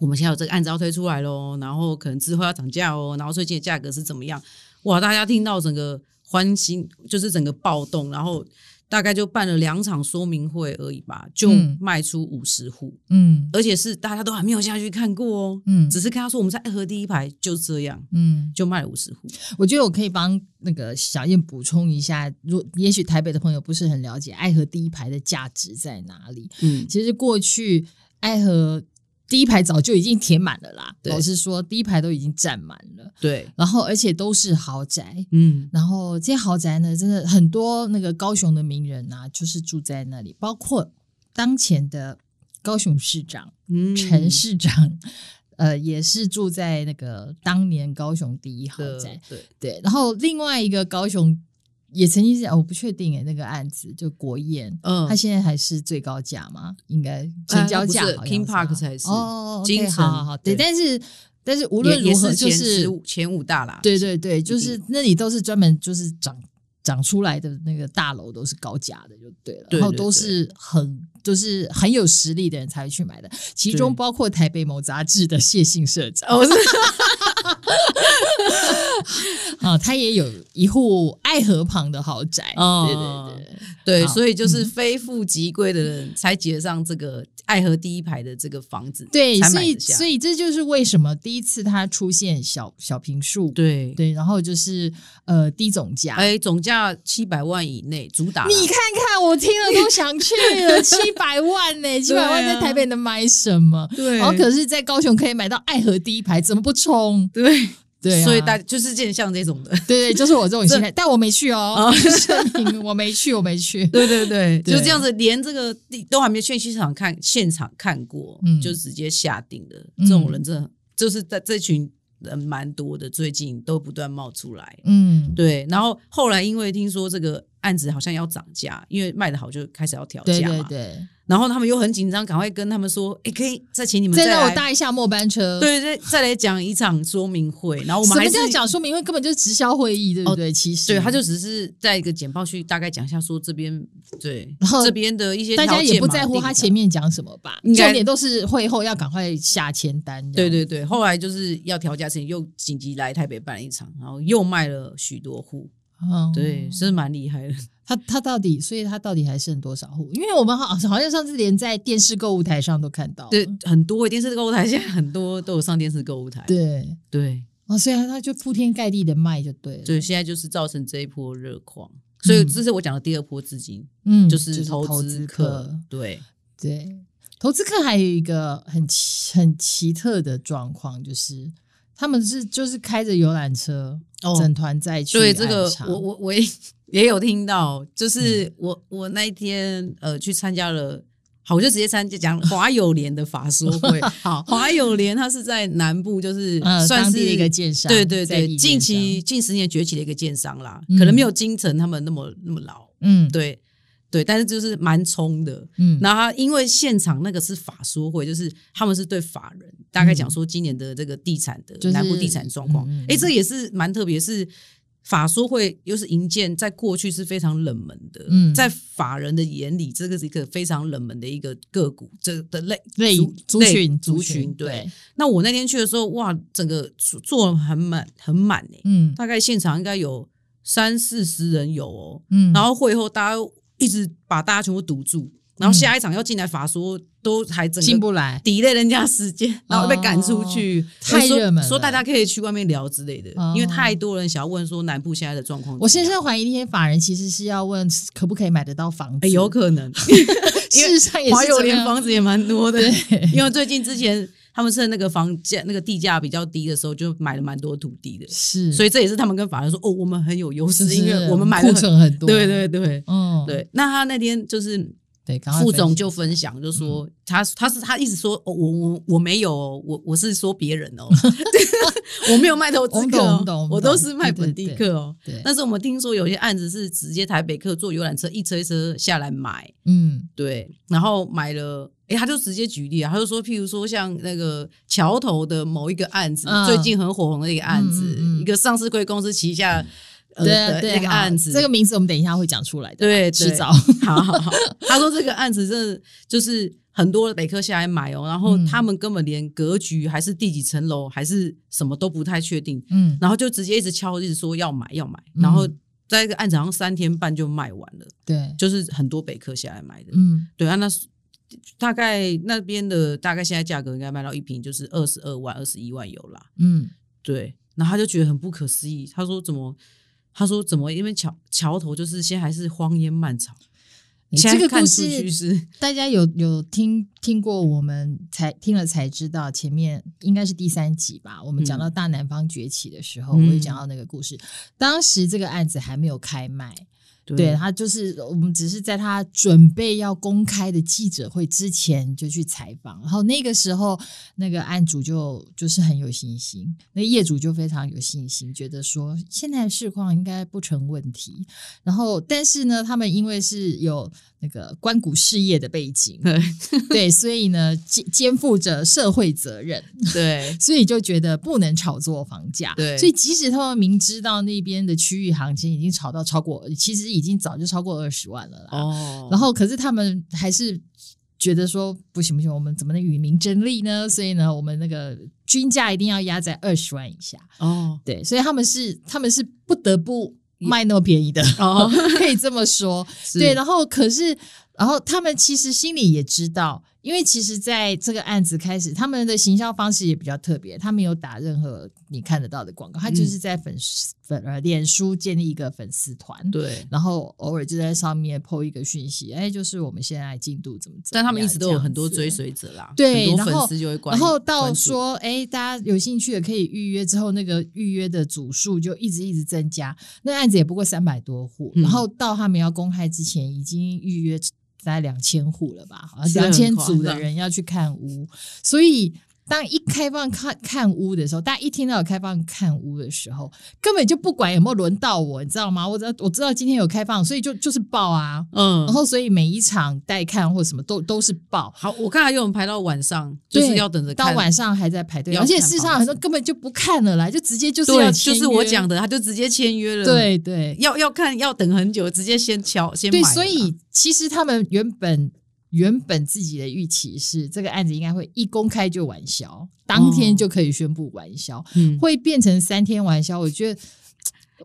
Speaker 2: 我们现在有这个案子要推出来喽，然后可能之后要涨价哦，然后最近的价格是怎么样？哇，大家听到整个欢欣，就是整个暴动，然后大概就办了两场说明会而已吧，就
Speaker 1: 嗯
Speaker 2: 卖出五十户，
Speaker 1: 嗯
Speaker 2: 而且是大家都还没有下去看过哦，
Speaker 1: 嗯
Speaker 2: 只是跟他说我们在爱河第一排就这样，
Speaker 1: 嗯，
Speaker 2: 就卖了五十户。
Speaker 1: 我觉得我可以帮那个小燕补充一下，如也许台北的朋友不是很了解爱和第一排的价值在哪里。
Speaker 2: 嗯，
Speaker 1: 其实过去爱和第一排早就已经填满了啦，
Speaker 2: 对
Speaker 1: 老实说，第一排都已经占满了，
Speaker 2: 对，
Speaker 1: 然后而且都是豪宅。
Speaker 2: 嗯
Speaker 1: 然后这些豪宅呢，真的很多那个高雄的名人啊，就是住在那里，包括当前的高雄市长
Speaker 2: 嗯
Speaker 1: 陈市长，呃，也是住在那个当年高雄第一豪
Speaker 2: 的
Speaker 1: 宅。
Speaker 2: 对，
Speaker 1: 对，然后另外一个高雄也曾经是，哦我不确定诶，那个案子就国宴。
Speaker 2: 嗯
Speaker 1: 他，现在还是最高价吗？应该
Speaker 2: 呃
Speaker 1: 成交价
Speaker 2: 不是
Speaker 1: 好像
Speaker 2: King
Speaker 1: 是吧
Speaker 2: Park 才是
Speaker 1: 哦，
Speaker 2: 金
Speaker 1: OK，
Speaker 2: 城
Speaker 1: 好好好，对，
Speaker 2: 对
Speaker 1: 但是但是无
Speaker 2: 无
Speaker 1: 论如何，就
Speaker 2: 前
Speaker 1: 是
Speaker 2: 十五前五大啦。
Speaker 1: 对对对，就是那里都是专门就是长长出来的那个大楼都是高价的，就对了，
Speaker 2: 对
Speaker 1: 然后
Speaker 2: 对
Speaker 1: 都
Speaker 2: 对
Speaker 1: 是很就是很有实力的人才会去买的，其中
Speaker 2: 对
Speaker 1: 包括台北某杂志的谢姓社长
Speaker 2: 哦，我是
Speaker 1: 啊，他也有一户爱河旁的豪宅，
Speaker 2: 哦
Speaker 1: 对对对，
Speaker 2: 对，
Speaker 1: 好
Speaker 2: 所以就是非富即贵的人才挤得上这个爱河第一排的这个房子，
Speaker 1: 对，
Speaker 2: 才
Speaker 1: 所
Speaker 2: 买
Speaker 1: 以
Speaker 2: 得下。
Speaker 1: 所以这就是为什么第一次他出现小小平数，
Speaker 2: 对，
Speaker 1: 对，然后就是呃低总价，
Speaker 2: 哎，总价七百万以内，主打啦
Speaker 1: 你看看，我听了都想去了，七百万呢、七
Speaker 2: 对
Speaker 1: 百
Speaker 2: 啊
Speaker 1: 万在台北能买什么？
Speaker 2: 对，
Speaker 1: 然后可是，在高雄可以买到爱河第一排，怎么不冲？
Speaker 2: 对
Speaker 1: 对啊、
Speaker 2: 所以大就是见像这种的，
Speaker 1: 对对，就是我这种心态，但我没去哦，
Speaker 2: 哦
Speaker 1: 声明我没去，我没去。
Speaker 2: 对对对，
Speaker 1: 对
Speaker 2: 就这样子，连这个地都还没去现场看，现场看过，
Speaker 1: 嗯
Speaker 2: 就直接下定的
Speaker 1: 嗯
Speaker 2: 这种人，真的就是在这群人蛮多的，最近都不断冒出来。
Speaker 1: 嗯，
Speaker 2: 对，然后后来因为听说这个案子好像要涨价，因为卖的好就开始要调
Speaker 1: 对
Speaker 2: 价
Speaker 1: 对
Speaker 2: 嘛，
Speaker 1: 对，
Speaker 2: 然后他们又很紧张，赶快跟他们说，哎，可以再请你们
Speaker 1: 再让我
Speaker 2: 来，
Speaker 1: 搭一下末班车。，
Speaker 2: 对，再再来讲一场说明 会，然后我
Speaker 1: 什
Speaker 2: 们
Speaker 1: 么
Speaker 2: 还是哦
Speaker 1: 叫讲说明会，根本就是直销会议，对不对？其实
Speaker 2: 对，他就只是在一个简报区大概讲一下说这边对
Speaker 1: 然后
Speaker 2: 这边的一些
Speaker 1: 大家
Speaker 2: 条件
Speaker 1: 也不
Speaker 2: 嘛
Speaker 1: 在乎
Speaker 2: 定
Speaker 1: 他
Speaker 2: 一下
Speaker 1: 前面讲什么吧，
Speaker 2: 应
Speaker 1: 重
Speaker 2: 该
Speaker 1: 点都是会后要赶快下签单。
Speaker 2: 对，对对，后来就是要调价之前，又紧急来台北办了一场，然后又卖了许多户，
Speaker 1: 嗯，
Speaker 2: 对，真的蛮厉害的。
Speaker 1: 他他到底，所以他到底还剩多少户？因为我们好好像上次连在电视购物台上都看到，
Speaker 2: 对，很多电视购物台现在很多都有上电视购物台。
Speaker 1: 对，
Speaker 2: 对
Speaker 1: 哦，所以他就铺天盖地的卖就对了，
Speaker 2: 对，现在就是造成这一波热况，所以
Speaker 1: 嗯
Speaker 2: 这是我讲的第二波资金，
Speaker 1: 嗯，
Speaker 2: 就是投
Speaker 1: 资
Speaker 2: 客。对，
Speaker 1: 对，投资客还有一个很奇很奇特的状况，就是他们是就是开着游览车，
Speaker 2: 哦
Speaker 1: 整团再去
Speaker 2: 对这个
Speaker 1: 暗场
Speaker 2: 我我我也也有听到，就是我
Speaker 1: 嗯
Speaker 2: 我那一天呃去参加了。好，我就直接参加讲华友联的法说会。
Speaker 1: 好
Speaker 2: 华友联它是在南部，就是
Speaker 1: 呃，
Speaker 2: 算
Speaker 1: 当
Speaker 2: 是
Speaker 1: 地的一个鉴赏，
Speaker 2: 对对
Speaker 1: 在
Speaker 2: 对，
Speaker 1: 地鉴赏
Speaker 2: 近期近十年崛起的一个建商啦，
Speaker 1: 嗯
Speaker 2: 可能没有金城他们那么那么老，
Speaker 1: 嗯
Speaker 2: 对对，但是就是蛮冲的。
Speaker 1: 嗯
Speaker 2: 然后他因为现场那个是法说会，就是他们是对法人大概讲说今年的这个地产的、
Speaker 1: 嗯就是
Speaker 2: 南部地产状况
Speaker 1: 嗯嗯，
Speaker 2: 哎、这也是蛮特别，是法说会又是银建在过去是非常冷门的，
Speaker 1: 嗯
Speaker 2: 在法人的眼里，这个是一个非常冷门的一个个股，这的类
Speaker 1: 类
Speaker 2: 族
Speaker 1: 族
Speaker 2: 类
Speaker 1: 群
Speaker 2: 族群对。，那我那天去的时候，哇，整个坐坐很满，很满呢、
Speaker 1: 嗯
Speaker 2: 大概现场应该有三四十人有哦。
Speaker 1: 嗯，
Speaker 2: 然后会后大家一直把大家全部堵住，然后
Speaker 1: 嗯
Speaker 2: 下一场要进来法说都还整
Speaker 1: 进
Speaker 2: 个
Speaker 1: 不来。
Speaker 2: delay 人家时间，然后被赶出去。
Speaker 1: 哦太
Speaker 2: 有时候
Speaker 1: 热门了
Speaker 2: 说大家可以去外面聊之类的，
Speaker 1: 哦
Speaker 2: 因为太多人想要问说南部现在的状况怎么样。
Speaker 1: 我现在怀疑那些法人其实是要问可不可以买得到房子，
Speaker 2: 哎有 可能，
Speaker 1: 事实上也
Speaker 2: 华
Speaker 1: 是
Speaker 2: 友
Speaker 1: 这
Speaker 2: 连
Speaker 1: 样。
Speaker 2: 房子也蛮多的，
Speaker 1: 对
Speaker 2: 因为最近之前他们趁那个房价那个地价比较低的时候，就买了蛮多土地的，
Speaker 1: 是，
Speaker 2: 所
Speaker 1: 以
Speaker 2: 以这也是他们跟法人说哦，我们很有优势
Speaker 1: 就，是
Speaker 2: 因为我们买了
Speaker 1: 库
Speaker 2: 很，
Speaker 1: 存很多，
Speaker 2: 对，对对
Speaker 1: 嗯，
Speaker 2: 对。那他那天就是
Speaker 1: 对，赶快
Speaker 2: 副
Speaker 1: 分嗯析
Speaker 2: 总就分享，就说他他是他一直说哦，我我我没有哦，我我是说别人 哦，我没有卖投
Speaker 1: 我
Speaker 2: 资
Speaker 1: 们
Speaker 2: 客
Speaker 1: 懂我
Speaker 2: 哦
Speaker 1: 们懂我，们
Speaker 2: 我都
Speaker 1: 懂
Speaker 2: 是卖
Speaker 1: 对
Speaker 2: 本
Speaker 1: 对
Speaker 2: 地
Speaker 1: 对
Speaker 2: 客哦。
Speaker 1: 对，
Speaker 2: 但是我们听说有些案子是直接台北客坐游览车一车一车下来买，
Speaker 1: 嗯
Speaker 2: 对，然后买了，诶，他就直接举例啊，他就说，譬如说像那个桥头的某一个案子，
Speaker 1: 嗯
Speaker 2: 最近很火红的一个案子，
Speaker 1: 嗯嗯嗯
Speaker 2: 一个上市贵公司旗下、呃
Speaker 1: 对啊
Speaker 2: 的
Speaker 1: 对啊，
Speaker 2: 那个
Speaker 1: 好
Speaker 2: 案子，
Speaker 1: 这个名字我们等一下会讲出来的，，
Speaker 2: 对
Speaker 1: 迟
Speaker 2: 对
Speaker 1: 早
Speaker 2: 好好好，他说这个案子真的就是很多北科下来买哦，然后
Speaker 1: 嗯
Speaker 2: 他们根本连格局还是第几层楼还是什么都不太确定，
Speaker 1: 嗯，
Speaker 2: 然后就直接一直敲，一直说要买要买，然后
Speaker 1: 嗯
Speaker 2: 在一个案子好像三天半就卖完了，
Speaker 1: 对，
Speaker 2: 就是很多北科下来买的，
Speaker 1: 嗯，
Speaker 2: 对啊，那是大概那边的大概现在价格应该卖到一瓶就是二十二万、二十一万有啦。
Speaker 1: 嗯，
Speaker 2: 对，然后他就觉得很不可思议，他说怎么？他说怎么？因为桥桥头就是现在还是荒烟蔓草。你现
Speaker 1: 这
Speaker 2: 在
Speaker 1: 个
Speaker 2: 看
Speaker 1: 故
Speaker 2: 数据
Speaker 1: 事
Speaker 2: 是，
Speaker 1: 大家有有听听过我们才听了才知道，前面应该是第三集吧，我们讲到大南方崛起的时候，
Speaker 2: 嗯
Speaker 1: 我也讲到那个故事，当时这个案子还没有开卖，对他就是我们只是在他准备要公开的记者会之前就去采访，然后那个时候那个案主就就是很有信心，那业主就非常有信心，觉得说现在的市况应该不成问题。然后但是呢，他们因为是有那个关谷事业的背景，
Speaker 2: 对
Speaker 1: 对，所以呢肩肩负着社会责任，
Speaker 2: 对
Speaker 1: 所以就觉得不能炒作房价。
Speaker 2: 对
Speaker 1: 所以即使他们明知道那边的区域行情已经炒到超过，其实已经早就超过二十万了啦。
Speaker 2: 哦，
Speaker 1: 然后可是他们还是觉得说不行不行，我们怎么能与民争利呢？所以呢，我们那个均价一定要压在二十万以下。
Speaker 2: 哦
Speaker 1: 对，所以他们是他们是不得不卖那么便宜的，
Speaker 2: 哦
Speaker 1: 可以这么说。
Speaker 2: 是
Speaker 1: 对，然后可是，然后他们其实心里也知道，因为其实在这个案子开始，他们的行销方式也比较特别，他没有打任何你看得到的广告，他
Speaker 2: 嗯
Speaker 1: 就是在粉丝、粉呃脸书建立一个粉丝团，
Speaker 2: 对，
Speaker 1: 然后偶尔就在上面 PO 一个讯息，哎，就是我们现在进度怎么怎么样，
Speaker 2: 但他们一直都有很多
Speaker 1: 这样
Speaker 2: 追
Speaker 1: 子。
Speaker 2: 随者啦，
Speaker 1: 对
Speaker 2: 很多
Speaker 1: 然后
Speaker 2: 粉丝就会关
Speaker 1: 然
Speaker 2: 注，
Speaker 1: 后到
Speaker 2: 关注
Speaker 1: 说，哎，大家有兴趣的可以预约，之后那个预约的组数就一直一直增加。那案子也不过三百多户，
Speaker 2: 嗯
Speaker 1: 然后到他们要公开之前，已经预约大概两千户了吧，
Speaker 2: 是
Speaker 1: 两
Speaker 2: 很
Speaker 1: 千
Speaker 2: 夸
Speaker 1: 组的
Speaker 2: 张
Speaker 1: 人要去看屋，所以。当一开放看看屋的时候，大家一听到有开放看屋的时候，根本就不管有没有轮到我，你知道吗？我知道我知道今天有开放，所以就就是报啊。
Speaker 2: 嗯
Speaker 1: 然，后所以每一场带看或什么都都是报，
Speaker 2: 好，我看还有人排到晚上，就是
Speaker 1: 对
Speaker 2: 要等着
Speaker 1: 到
Speaker 2: 看
Speaker 1: 晚上还在排队，
Speaker 2: 要
Speaker 1: 而且
Speaker 2: 看
Speaker 1: 事实上
Speaker 2: 房
Speaker 1: 很
Speaker 2: 子
Speaker 1: 多根本就不看了啦，就直接就是要
Speaker 2: 对，
Speaker 1: 签
Speaker 2: 就
Speaker 1: 约
Speaker 2: 是我讲的，他就直接签约了。，
Speaker 1: 对对
Speaker 2: 要要看要等很久，直接先敲先买
Speaker 1: 对，
Speaker 2: 了啦。
Speaker 1: 所以其实他们原本原本自己的预期是这个案子应该会一公开就完销，当天
Speaker 2: 哦
Speaker 1: 就可以宣布完销，
Speaker 2: 嗯，
Speaker 1: 会变成三天完销。我觉得，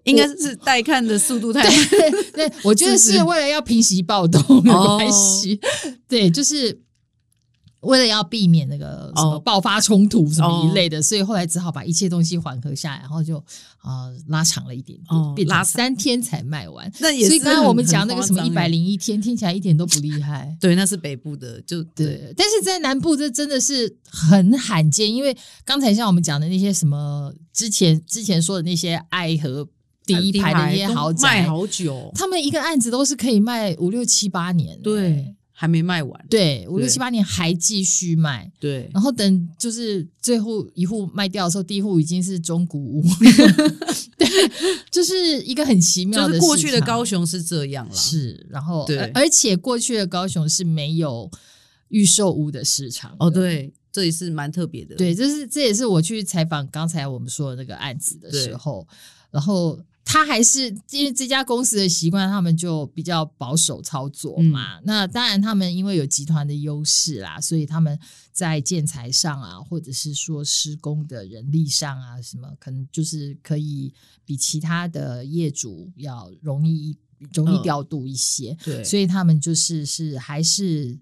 Speaker 2: 应该是带看的速度太
Speaker 1: 对，我觉得
Speaker 2: 是是哦
Speaker 1: 是为了要平息暴动的关系，对，就是。为了要避免那个什么
Speaker 2: 哦
Speaker 1: 爆发冲突什么一
Speaker 2: 哦
Speaker 1: 类的，所以后来只好把一切东西缓和下来，然后就呃拉长了一点，
Speaker 2: 哦
Speaker 1: 变成
Speaker 2: 拉长
Speaker 1: 三天才卖完。
Speaker 2: 那也是
Speaker 1: 所以刚刚
Speaker 2: 很
Speaker 1: 我们讲那个什么一
Speaker 2: 很夸
Speaker 1: 百
Speaker 2: 张耶欸
Speaker 1: 零一天，听起来一点都不厉害。
Speaker 2: 对，那是北部的，就对
Speaker 1: 对，但是在南部这真的是很罕见，因为刚才像我们讲的那些什么之前之前说的那些爱和第
Speaker 2: 呃
Speaker 1: 一排的那些
Speaker 2: 都
Speaker 1: 豪
Speaker 2: 卖
Speaker 1: 宅，
Speaker 2: 好久，
Speaker 1: 他们一个案子都是可以卖五六七八年的，欸
Speaker 2: 对，还没卖完，
Speaker 1: 对，五六
Speaker 2: 对
Speaker 1: 七八年还继续卖，
Speaker 2: 对，
Speaker 1: 然后等就是最后一户卖掉的时候，第一户已经是中古屋， 对，就是一个很奇妙
Speaker 2: 就
Speaker 1: 的
Speaker 2: 是过去的
Speaker 1: 市场
Speaker 2: 高雄是这样啦，
Speaker 1: 是，然后
Speaker 2: 对
Speaker 1: 而而且过去的高雄是没有预售屋的市场的
Speaker 2: 哦，。对，这也是蛮特别的，
Speaker 1: 对，这是这也是我去采访刚才我们说的那个案子的时
Speaker 2: 对
Speaker 1: 候，然后他还是因为这家公司的习惯，他们就比较保守操作嘛。
Speaker 2: 嗯
Speaker 1: 那当然，他们因为有集团的优势啦，所以他们在建材上啊，或者是说施工的人力上啊，什么可能就是可以比其他的业主要容易一容易
Speaker 2: 嗯
Speaker 1: 调度一些，
Speaker 2: 对，
Speaker 1: 所以他们就是是还是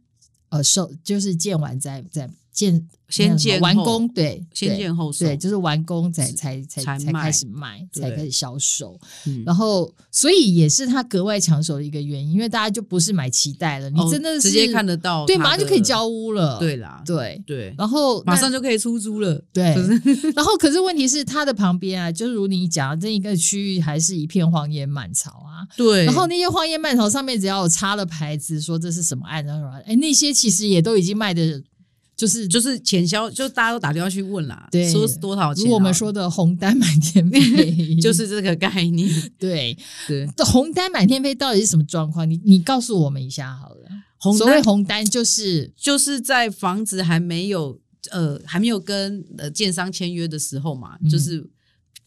Speaker 1: 呃受就是建完再再建
Speaker 2: 先
Speaker 1: 那个什么
Speaker 2: 建
Speaker 1: 完
Speaker 2: 后
Speaker 1: 工对
Speaker 2: 先
Speaker 1: 对
Speaker 2: 建后售，
Speaker 1: 对，就是完工才才才
Speaker 2: 才
Speaker 1: 才
Speaker 2: 卖
Speaker 1: 开始卖，才
Speaker 2: 对
Speaker 1: 开始销售。
Speaker 2: 嗯
Speaker 1: 然后，所以也是他格外抢手的一个原因，因为大家就不是买期待了，你
Speaker 2: 哦
Speaker 1: 真的是、
Speaker 2: 直接看得到它的，
Speaker 1: 对，马上就可以交屋了。
Speaker 2: 对啦，
Speaker 1: 对，哦
Speaker 2: 对，
Speaker 1: 然后
Speaker 2: 马
Speaker 1: 那
Speaker 2: 上就可以出租了，
Speaker 1: 对
Speaker 2: 就，
Speaker 1: 然后可是问题是，它的旁边啊，就是如你讲，这一个区域还是一片荒野蔓草啊。
Speaker 2: 对，
Speaker 1: 然后那些荒野蔓草上面只要有插了牌子，说这是什么案，然后哎，那些其实也都已经卖的，就是
Speaker 2: 就是潜销，就大家都打电话去问啦，
Speaker 1: 对
Speaker 2: 说是多少钱啊？，
Speaker 1: 如我们说的红单满天飞
Speaker 2: 就是这个概念，
Speaker 1: 嗯 对，
Speaker 2: 对，
Speaker 1: 这红单满天飞到底是什么状况？你你告诉我们一下好了。
Speaker 2: 红
Speaker 1: 所谓
Speaker 2: 单
Speaker 1: 红单就是
Speaker 2: 就是在房子还没有呃还没有跟呃建商签约的时候嘛，
Speaker 1: 嗯
Speaker 2: 就是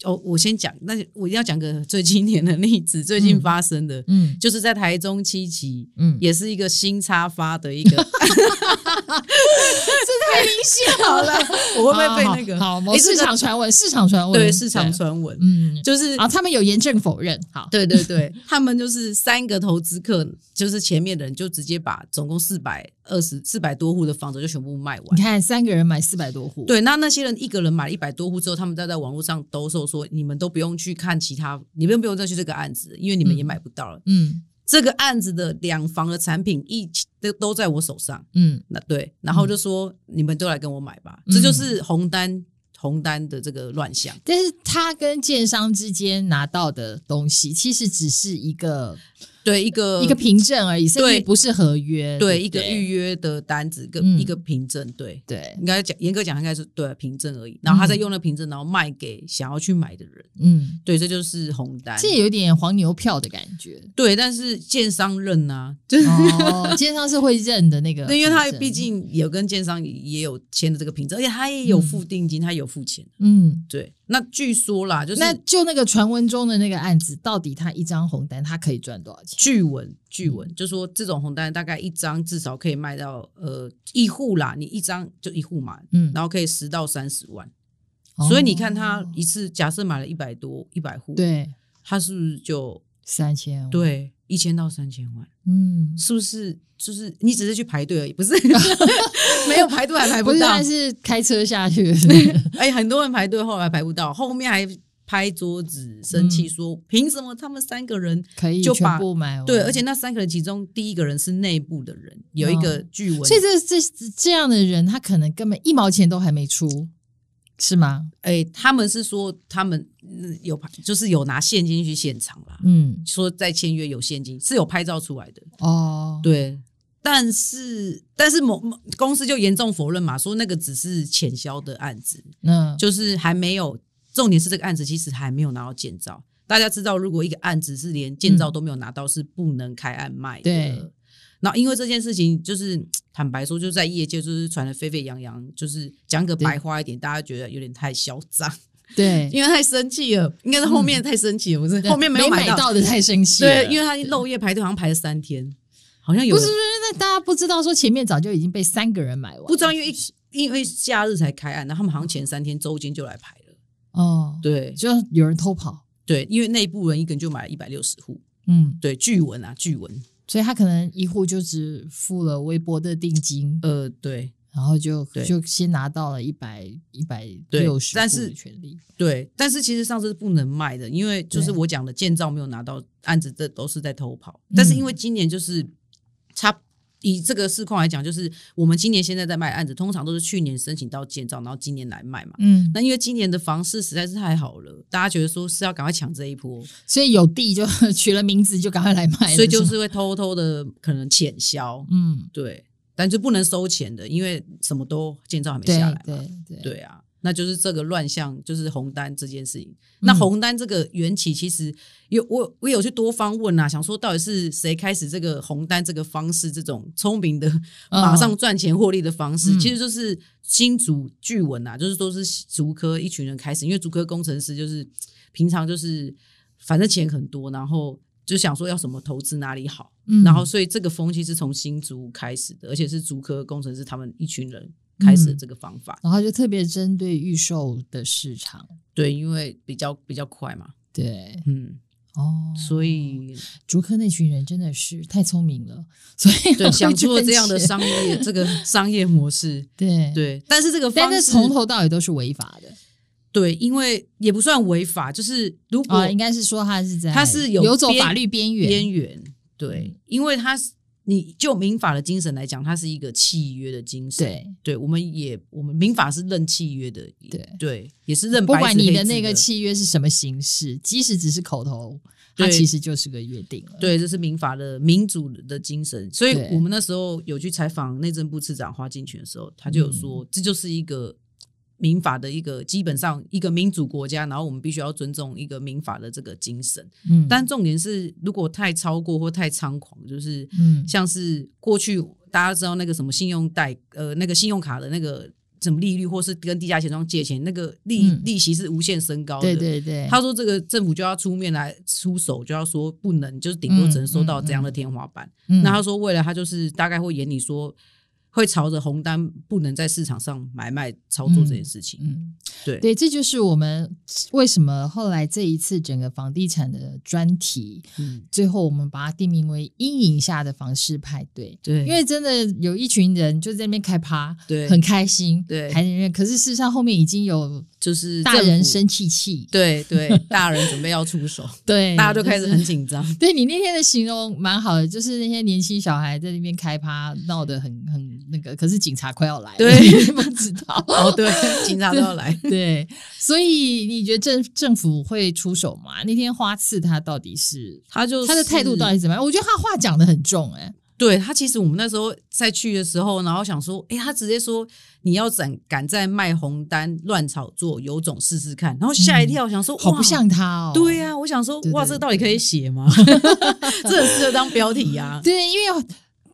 Speaker 2: 哦，我先讲，那我一定要讲个最经典的例子，最近发生的，
Speaker 1: 嗯
Speaker 2: 就是在台中七期。
Speaker 1: 嗯，
Speaker 2: 也是一个新插发的一个，
Speaker 1: 太明显
Speaker 2: 好了， 我会不会被那个？
Speaker 1: 好，好好
Speaker 2: 诶
Speaker 1: 市场传闻，市场传闻，
Speaker 2: 对市场传闻，
Speaker 1: 嗯，
Speaker 2: 就是
Speaker 1: 啊，他们有严正否认，好，
Speaker 2: 对对对， 他们就是三个投资客，就是前面的人就直接把总共四百二十四百多户的房子就全部卖完
Speaker 1: 你。看三个人买四百多户，，
Speaker 2: 对，那那些人一个人买了一百多户之后，他们再在网络上兜售说，你们都不用去看其他，你们不用再去这个案子，因为你们也
Speaker 1: 嗯
Speaker 2: 买不到了。
Speaker 1: 嗯
Speaker 2: 这个案子的两房的产品一起都都在我手上，
Speaker 1: 嗯
Speaker 2: 那对，然后就说、你们都来跟我买吧，
Speaker 1: 嗯
Speaker 2: 这就是红单红单的这个乱象。
Speaker 1: 但是他跟建商之间拿到的东西，其实只是一个、
Speaker 2: 对，一个
Speaker 1: 一个凭证而已，甚至
Speaker 2: 呃对
Speaker 1: 不是合约，
Speaker 2: 对
Speaker 1: 不
Speaker 2: 一个预约的单子，跟
Speaker 1: 嗯
Speaker 2: 一个凭证，对。
Speaker 1: 对，
Speaker 2: 应该讲严格讲应该是对啊凭证而已，然后他再用那凭证，然后卖给想要去买的人，
Speaker 1: 嗯，
Speaker 2: 对，这就是红单。
Speaker 1: 这有点黄牛票的感 觉。
Speaker 2: 对，但是建商认啊，就是、
Speaker 1: 哦，奸商是会认的那个凭证，
Speaker 2: 对，因为他毕竟有跟建商也有签的这个凭证，而且他也有付定金，他有付钱。
Speaker 1: 嗯，
Speaker 2: 对，那据说啦，就是
Speaker 1: 那就那个传闻中的那个案子，到底他一张红单他可以赚多少钱？
Speaker 2: 据闻据闻就说这种红单大概一张至少可以卖到呃一户啦，你一张就一户嘛，
Speaker 1: 嗯，
Speaker 2: 然后可以十到三十万。
Speaker 1: 哦
Speaker 2: 所以你看他一次假设买了一百多一百户，，
Speaker 1: 对
Speaker 2: 他是不是就
Speaker 1: 三千，，
Speaker 2: 对一千到三千万？
Speaker 1: 嗯，
Speaker 2: 是不是就是你只是去排队而已，不是 没有排队还排
Speaker 1: 不
Speaker 2: 不
Speaker 1: 是啊
Speaker 2: 到
Speaker 1: 他？是开车下去，
Speaker 2: 哎，很多人排队后来排不到，后面还拍桌子生
Speaker 1: 嗯
Speaker 2: 气说，凭什么他们三个人？
Speaker 1: 可以
Speaker 2: 就
Speaker 1: 全
Speaker 2: 把
Speaker 1: 部买完，
Speaker 2: 对，而且那三个人其中第一个人是内部的人，有一个据闻，
Speaker 1: 嗯所以这这这样的人，他可能根本一毛钱都还没出，是吗？
Speaker 2: 哎，他们是说他们嗯有排，就是有拿现金去现场啦，
Speaker 1: 嗯，
Speaker 2: 说在签约有现金是有拍照出来的，
Speaker 1: 哦，
Speaker 2: 对。但是，但是某某公司就严重否认嘛，说那个只是潜销的案子，
Speaker 1: 那
Speaker 2: 就是还没有，重点是这个案子其实还没有拿到建造。大家知道，如果一个案子是连建造都没有拿到，是不能开案卖的。
Speaker 1: 对。
Speaker 2: 那因为这件事情，就是坦白说，就在业界就是传的沸沸扬扬，就是讲个白话一点，大家觉得有点太嚣张，
Speaker 1: 对，
Speaker 2: 因为太生气了，应该是后面太生气了，不是
Speaker 1: 对
Speaker 2: 后面没有
Speaker 1: 买
Speaker 2: 买到。
Speaker 1: 的太生气了，
Speaker 2: 对，因为他漏夜排队，好像排了三天，好像有
Speaker 1: 不是不是，那大家不知道说前面早就已经被三个人买完，
Speaker 2: 不知道，因为一因为假日才开案，然后他们好像前三天周间就来排了。
Speaker 1: 哦，
Speaker 2: 对
Speaker 1: 就有人偷跑，
Speaker 2: 对，因为内部人一个人就买了一百六十户，
Speaker 1: 嗯，
Speaker 2: 对，据闻啊，据闻，
Speaker 1: 所以他可能一户就只付了微薄的定金，
Speaker 2: 呃，对
Speaker 1: 然后就
Speaker 2: 对
Speaker 1: 就先拿到了一百一百
Speaker 2: 对
Speaker 1: 六十
Speaker 2: 但
Speaker 1: 户
Speaker 2: 是
Speaker 1: 的权利，
Speaker 2: 对，但是其实上次是不能卖的，因为就是我讲的建造没有拿到案子，这都是在偷跑。
Speaker 1: 嗯
Speaker 2: 但是因为今年就是差。以这个市况来讲，就是我们今年现在在卖案子，通常都是去年申请到建造，然后今年来卖嘛。
Speaker 1: 嗯，
Speaker 2: 那因为今年的房市实在是太好了，大家觉得说是要赶快抢这一波，
Speaker 1: 所以有地就取了名字就赶快来卖了，
Speaker 2: 所以就
Speaker 1: 哎
Speaker 2: 是
Speaker 1: 吗
Speaker 2: 是会偷偷的可能潜销，
Speaker 1: 嗯，
Speaker 2: 对，但就不能收钱的，因为什么都建造还没
Speaker 1: 对
Speaker 2: 下来嘛。
Speaker 1: 对对，
Speaker 2: 对啊，那就是这个乱象，就是红单这件事情。
Speaker 1: 嗯
Speaker 2: 那红单这个缘起，其实有我我有去多方问啊，想说到底是谁开始这个红单这个方式，这种聪明的
Speaker 1: 嗯
Speaker 2: 马上赚钱获利的方式，
Speaker 1: 嗯
Speaker 2: 其实就是新竹巨文啊，就是说是竹科一群人开始，因为竹科工程师就是平常就是反正钱很多，然后就想说要什么投资哪里好。
Speaker 1: 嗯
Speaker 2: 然后，所以这个风气是从新竹开始的，而且是竹科工程师他们一群人开始的
Speaker 1: 嗯
Speaker 2: 这个方法。
Speaker 1: 然后就特别针对预售的市场，
Speaker 2: 对，因为比较比较快嘛。
Speaker 1: 对，
Speaker 2: 嗯，
Speaker 1: 哦，
Speaker 2: 所以
Speaker 1: 竹科那群人真的是太聪明了，所以
Speaker 2: 对想出
Speaker 1: 做
Speaker 2: 了这样的商业这 个商业模式，
Speaker 1: 对，
Speaker 2: 对，但是这个
Speaker 1: 但
Speaker 2: 方
Speaker 1: 是
Speaker 2: 式
Speaker 1: 从头到尾都是违法的
Speaker 2: 对，因为也不算违法，就是如果、
Speaker 1: 啊、应该是说他是在
Speaker 2: 他是有
Speaker 1: 游走
Speaker 2: 边
Speaker 1: 法律边缘，嗯
Speaker 2: 边缘，对，因为它是你就民法的精神来讲，它是一个契约的精神。，
Speaker 1: 对。
Speaker 2: 我们也我们民法是认契约的，
Speaker 1: 对
Speaker 2: 也是认
Speaker 1: 不
Speaker 2: 白纸
Speaker 1: 管你
Speaker 2: 黑
Speaker 1: 的
Speaker 2: 字
Speaker 1: 那个
Speaker 2: 的
Speaker 1: 契约是什么形式，即使只是口头，它
Speaker 2: 对
Speaker 1: 其实就是个约定了。
Speaker 2: 对，这是民法的民主的精神。所以
Speaker 1: 对
Speaker 2: 我们那时候有去采访内政部次长花敬全的时候，他就有
Speaker 1: 嗯
Speaker 2: 说，这就是一个民法的一个基本上一个民主国家，然后我们必须要尊重一个民法的这个精神。
Speaker 1: 嗯，
Speaker 2: 但重点是，如果太超过或太猖狂，就是
Speaker 1: 嗯
Speaker 2: 像是过去大家知道那个什么信用贷，呃，那个信用卡的那个什么利率，或是跟地下钱庄借钱，那个利、
Speaker 1: 嗯
Speaker 2: 利息是无限升高的。
Speaker 1: 对对对，
Speaker 2: 他说这个政府就要出面来出手，就要说不能，就是顶多只能收到这样的天花板。
Speaker 1: 嗯
Speaker 2: 那他说为了他就是大概会眼里说。会朝着红单不能在市场上买卖操作这件事情，
Speaker 1: 嗯，
Speaker 2: 对
Speaker 1: 对，这就是我们为什么后来这一次整个房地产的专题，
Speaker 2: 嗯，
Speaker 1: 最后我们把它定名为“阴影下的房市派对”，
Speaker 2: 对，
Speaker 1: 因为真的有一群人就在那边开趴，
Speaker 2: 对
Speaker 1: 很开心，
Speaker 2: 对
Speaker 1: 还在那边。可是事实上后面已经有
Speaker 2: 就是
Speaker 1: 大
Speaker 2: 政
Speaker 1: 人
Speaker 2: 府
Speaker 1: 生气气，
Speaker 2: 对对，大人准备要出 手，
Speaker 1: 对，
Speaker 2: 大家就开始
Speaker 1: 是
Speaker 2: 很紧 张。
Speaker 1: 对你那天的形容蛮好的，就是那些年轻小孩在那边开趴，闹得很很那个，可是警察快要来了，
Speaker 2: 对
Speaker 1: 不知道。
Speaker 2: 哦，对，警察都要来。
Speaker 1: 对，所以你觉得政政府会出手吗？那天花次他到底是
Speaker 2: 他就 是
Speaker 1: 他的态度到底是怎么样？我觉得他话讲的很重、欸，
Speaker 2: 对他，其实我们那时候在去的时候，然后想说，诶，他直接说你要敢敢在卖红单乱炒作，有种试试看。然后吓一跳，想说
Speaker 1: 嗯好不。
Speaker 2: 哇
Speaker 1: 像他哦。
Speaker 2: 对、啊呀、我想说
Speaker 1: 对，
Speaker 2: 哇，
Speaker 1: 对
Speaker 2: 这个到底可以写吗？ 这很适合当标题啊 呀、
Speaker 1: 对，因为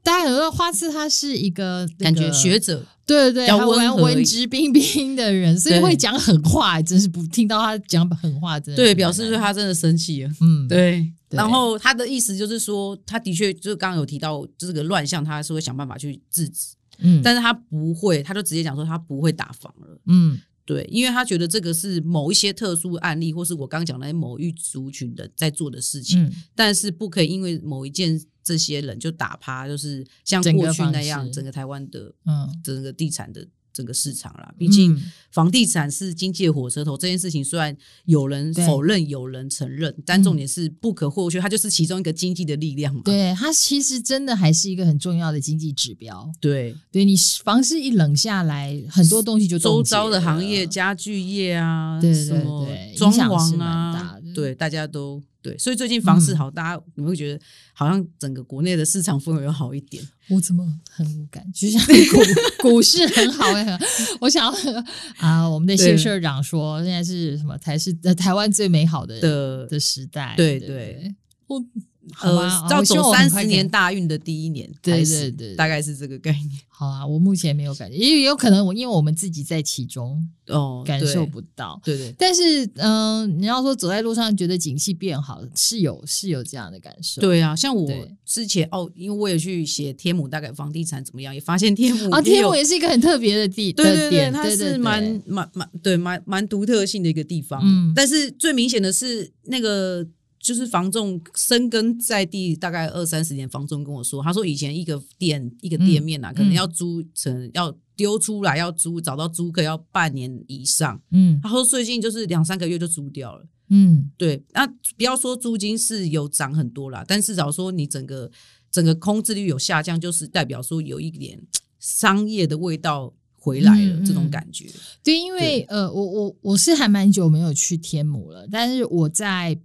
Speaker 1: 大家很多花次他是一个、那
Speaker 2: 感
Speaker 1: 个
Speaker 2: 觉学者
Speaker 1: 对对，
Speaker 2: 比较
Speaker 1: 他
Speaker 2: 温
Speaker 1: 文
Speaker 2: 和
Speaker 1: 文
Speaker 2: 一
Speaker 1: 质彬彬的人，所以
Speaker 2: 对
Speaker 1: 会讲狠话，真是不听到他讲狠话，真的
Speaker 2: 对
Speaker 1: 是
Speaker 2: 表
Speaker 1: 蛮
Speaker 2: 示
Speaker 1: 难
Speaker 2: 说他真的生气了。
Speaker 1: 嗯
Speaker 2: 对，
Speaker 1: 对
Speaker 2: 然后他的意思就是说，他的确就是刚刚有提到这个乱象，他是会想办法去制止，
Speaker 1: 嗯
Speaker 2: 但是他不会，他就直接讲说他不会打房了。
Speaker 1: 嗯。
Speaker 2: 对，因为他觉得这个是某一些特殊案例，或是我刚讲的某一族群的在做的事情，
Speaker 1: 嗯
Speaker 2: 但是不可以因为某一件这些人就打趴，就是像
Speaker 1: 整个
Speaker 2: 过去
Speaker 1: 房
Speaker 2: 那样
Speaker 1: 市
Speaker 2: 整个台湾的
Speaker 1: 嗯，
Speaker 2: 整个地产的整个市场啦。毕竟
Speaker 1: 嗯
Speaker 2: 房地产是经济的火车头，这件事情虽然有人
Speaker 1: 对嗯
Speaker 2: 否认，有人承认，但重点是不可或缺，它就是其中一个经济的力量嘛。
Speaker 1: 对，它其实真的还是一个很重要的经济指标。
Speaker 2: 对，
Speaker 1: 对你房市一冷下来，很多东西就
Speaker 2: 周
Speaker 1: 冻结
Speaker 2: 遭的行业，
Speaker 1: 了
Speaker 2: 家具业啊，
Speaker 1: 对对
Speaker 2: 什么
Speaker 1: 对
Speaker 2: 装
Speaker 1: 影响是
Speaker 2: 潢
Speaker 1: 蛮大
Speaker 2: 啊
Speaker 1: 的，嗯
Speaker 2: 对，大家都对，所以最近房市好，大家你们会觉得好像整个国内的市场氛围有好一点，
Speaker 1: 我怎么很无感？就像股股市很好哎、 我想要啊，我们的谢
Speaker 2: 对
Speaker 1: 社长说，现在是什么才是、呃、台湾最美好的
Speaker 2: 的
Speaker 1: 的时代？
Speaker 2: 对
Speaker 1: 对
Speaker 2: 对
Speaker 1: 不对，我好吧
Speaker 2: 呃，
Speaker 1: 啊
Speaker 2: 要
Speaker 1: 我希望
Speaker 2: 走
Speaker 1: 我
Speaker 2: 三
Speaker 1: 很快
Speaker 2: 十
Speaker 1: 可以
Speaker 2: 年大运的第一年
Speaker 1: 对
Speaker 2: 开
Speaker 1: 对
Speaker 2: 始，
Speaker 1: 对
Speaker 2: 大概是这个概 念
Speaker 1: 好啊，我目前没有感觉，也有可能我因为我们自己在其中
Speaker 2: 哦，
Speaker 1: 感受
Speaker 2: 对
Speaker 1: 不到。
Speaker 2: 对对
Speaker 1: 但是，嗯、你要说走在路上觉得景气变好，是有是有这样的感受。
Speaker 2: 对啊，像我
Speaker 1: 对
Speaker 2: 之前哦，因为我也去写天母大概房地产怎么样，也发现天母
Speaker 1: 啊，
Speaker 2: 也
Speaker 1: 天
Speaker 2: 有
Speaker 1: 母也是一个很特别的地，
Speaker 2: 对
Speaker 1: 的
Speaker 2: 对对，
Speaker 1: 点
Speaker 2: 它
Speaker 1: 对对
Speaker 2: 是
Speaker 1: 对
Speaker 2: 蛮蛮蛮对蛮蛮独特性的一个地方。
Speaker 1: 嗯
Speaker 2: 但是最明显的是那个就是房仲深耕在地大概二三十年，房仲跟我说，他说以前一个店一个店面
Speaker 1: 嗯
Speaker 2: 啊，可能要租成要丢出来要租找到租客要半年以上，
Speaker 1: 嗯
Speaker 2: 他说最近就是两三个月就租掉了。
Speaker 1: 嗯
Speaker 2: 对，那不要说租金是有涨很多啦，但至少说你整个整个空置率有下降，就是代表说有一点商业的味道回来了，
Speaker 1: 嗯嗯
Speaker 2: 这种感觉。
Speaker 1: 对，因为呃，我我我是还蛮久没有去天母了，但是我在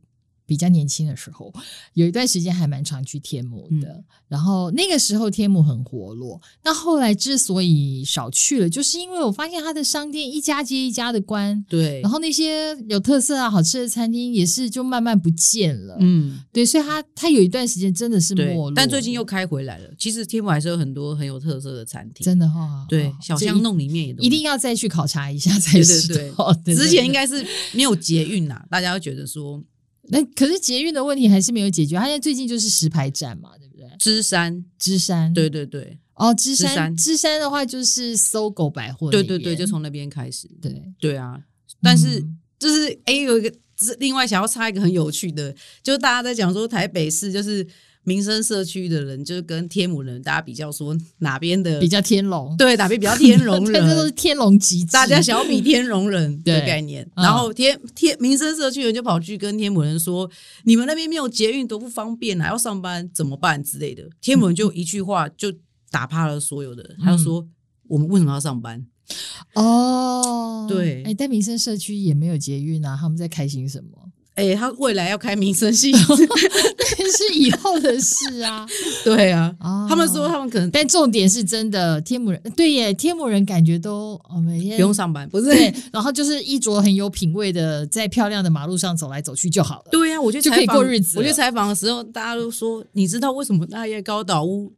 Speaker 1: 比较年轻的时候，有一段时间还蛮常去天母的。
Speaker 2: 嗯
Speaker 1: 然后那个时候天母很活络，那后来之所以少去了，就是因为我发现它的商店一家接一家的关。
Speaker 2: 对，
Speaker 1: 然后那些有特色啊、好吃的餐厅也是就慢慢不见了，
Speaker 2: 嗯，
Speaker 1: 对，所以它它有一段时间真的是
Speaker 2: 对
Speaker 1: 没落，，
Speaker 2: 但最近又开回来了。其实天母还是有很多很有特色的餐厅，
Speaker 1: 真的哈、
Speaker 2: 对
Speaker 1: 好，
Speaker 2: 小
Speaker 1: 这
Speaker 2: 巷
Speaker 1: 一
Speaker 2: 弄里面也都
Speaker 1: 一定要再去考察一下才知道。对对
Speaker 2: 之前应
Speaker 1: 该
Speaker 2: 该是没有捷运呐，大家会觉得说
Speaker 1: 那可是捷运的问题还是没有解决，它现在最近就是石牌站嘛，对不对？
Speaker 2: 芝山，
Speaker 1: 芝山
Speaker 2: 对对对
Speaker 1: 哦，芝
Speaker 2: 芝
Speaker 1: 山
Speaker 2: 山
Speaker 1: 芝山的话就是搜狗百货那
Speaker 2: 对
Speaker 1: 边，
Speaker 2: 对对，就从那边开始。
Speaker 1: 对
Speaker 2: 对啊，但是
Speaker 1: 嗯
Speaker 2: 就是哎、有一个只另外想要插一个很有趣的，就是大家在讲说台北市就是民生社区的人，就是跟天母人大家比较说哪边的
Speaker 1: 比较天龙，
Speaker 2: 对哪边比较天龙
Speaker 1: 对这都是
Speaker 2: 人，
Speaker 1: 天龙极致。
Speaker 2: 大家想要比天 龙人的
Speaker 1: 对
Speaker 2: 概念。
Speaker 1: 嗯
Speaker 2: 然后天天民生社区人就跑去跟天母人说，你们那边没有捷运多不方便啊，要上班怎么办之类的。天母人
Speaker 1: 嗯
Speaker 2: 就一句话就打趴了所有的人，他就说我们为什么要上班？
Speaker 1: 哦，
Speaker 2: 对
Speaker 1: 哎，但民生社区也没有捷运啊，他们在开心什么？
Speaker 2: 哎，他未来要开民生系，
Speaker 1: 这是以后的事啊。
Speaker 2: 对啊，
Speaker 1: 哦
Speaker 2: 他们说他们可能
Speaker 1: 但重点是真的，天母人对耶，天母人感觉都我们
Speaker 2: 不用上班，不是
Speaker 1: 对，然后就是衣着很有品味的，在漂亮的马路上走来走去就好了。
Speaker 2: 对啊呀、我去
Speaker 1: 就
Speaker 2: 采
Speaker 1: 可以
Speaker 2: 访
Speaker 1: 过日子
Speaker 2: 我
Speaker 1: 了
Speaker 2: 去采访的时候，大家都说，你知道为什么大叶高岛屋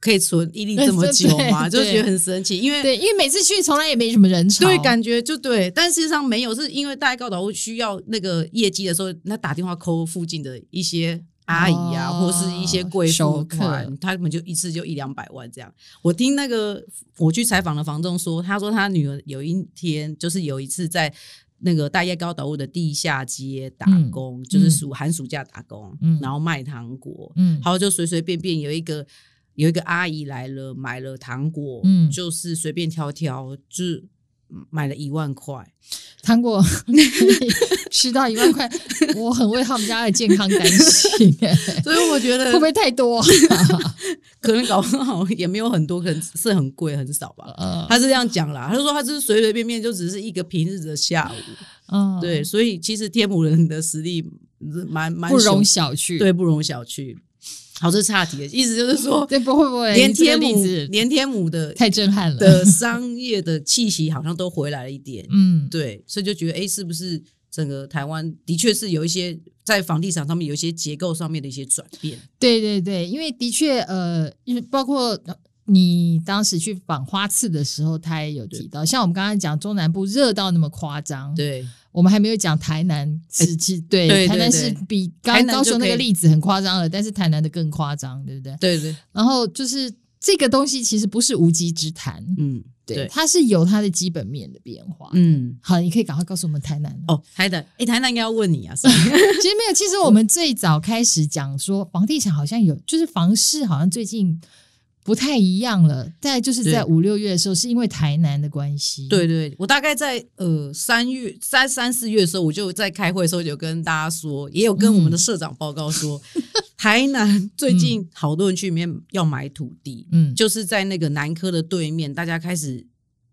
Speaker 2: 可以存屹立这么久 吗？
Speaker 1: 对
Speaker 2: 就
Speaker 1: 对
Speaker 2: 觉得很神奇，因为
Speaker 1: 对，因为每次去从来也没什么人潮，
Speaker 2: 对感觉就对，但事实上没有，是因为大叶高岛屋需要那个业绩的时候，那打电话 call 附近的一些。阿姨啊，
Speaker 1: 哦
Speaker 2: 或是一些贵妇
Speaker 1: 熟客
Speaker 2: 团，他们就一次就一两百万这样。我听那个我去采访的房东说，他说他女儿有一天就是有一次在那个大叶高岛屋的地下街打
Speaker 1: 嗯
Speaker 2: 工，就是
Speaker 1: 嗯
Speaker 2: 暑寒暑假打工，
Speaker 1: 嗯
Speaker 2: 然后卖糖果，
Speaker 1: 嗯，
Speaker 2: 然后就随随便便有一个有一个阿姨来了，买了糖果，
Speaker 1: 嗯
Speaker 2: 就是随便挑挑，就是买了一万块，
Speaker 1: 糖 果吃到一万块，我很为他们家的健康担 心，哎
Speaker 2: 所以我觉得
Speaker 1: 会不会太多？
Speaker 2: 可能搞不好也没有很多，可能是很贵很少吧。
Speaker 1: 呃，
Speaker 2: 他是这样讲啦，他就说他就是随随便便就只是一个平日的下午，
Speaker 1: 嗯
Speaker 2: 对，，所以其实天母人的实力蛮蛮
Speaker 1: 不容
Speaker 2: 雄
Speaker 1: 小觑。
Speaker 2: 对不容小觑。好，这是岔题了，意思就是说，
Speaker 1: 这不会不会
Speaker 2: 连
Speaker 1: 你这个
Speaker 2: 天母
Speaker 1: 例子
Speaker 2: 连天母的
Speaker 1: 太震撼了？
Speaker 2: 的商业的气息好像都回来了 一点，
Speaker 1: 嗯，
Speaker 2: 对，所以就觉得哎，诶是不是整个台湾的确是有一些在房地产上面有一些结构上面的一些转变？
Speaker 1: 对对对，因为的确，呃，因为包括你当时去访花次的时候，他也有提到，像我们刚刚讲中南部热到那么夸张，
Speaker 2: 对，
Speaker 1: 我们还没有讲台南是是，对，
Speaker 2: 哎对对
Speaker 1: 台南
Speaker 2: 对
Speaker 1: 是比
Speaker 2: 台
Speaker 1: 刚
Speaker 2: 南
Speaker 1: 高
Speaker 2: 就
Speaker 1: 雄那
Speaker 2: 可
Speaker 1: 个
Speaker 2: 以
Speaker 1: 例子很夸张了，但是台南的更夸张，对不对？
Speaker 2: 对对，
Speaker 1: 然后就是这个东西其实不是无稽之谈，
Speaker 2: 嗯，
Speaker 1: 对，
Speaker 2: 对，
Speaker 1: 它是有它的基本面的变化。
Speaker 2: 嗯，
Speaker 1: 好，你可以赶快告诉我们台南。
Speaker 2: 哦，台南，哎，台南应该要问你啊，是吧
Speaker 1: 其 实没有， 其实我们最早开始讲说房地产好像有，就是房市好像最近不太一样了。再就是在
Speaker 2: 对
Speaker 1: 五六月的时候，是因为台南的关系。
Speaker 2: 对对，我大概在呃三月三三四月的时候，我就在开会的时候有跟大家说，也有跟我们的社长报告 说，台南最近好多人去里面要买土地，
Speaker 1: 嗯，
Speaker 2: 就是在那个南科的对面，大家开始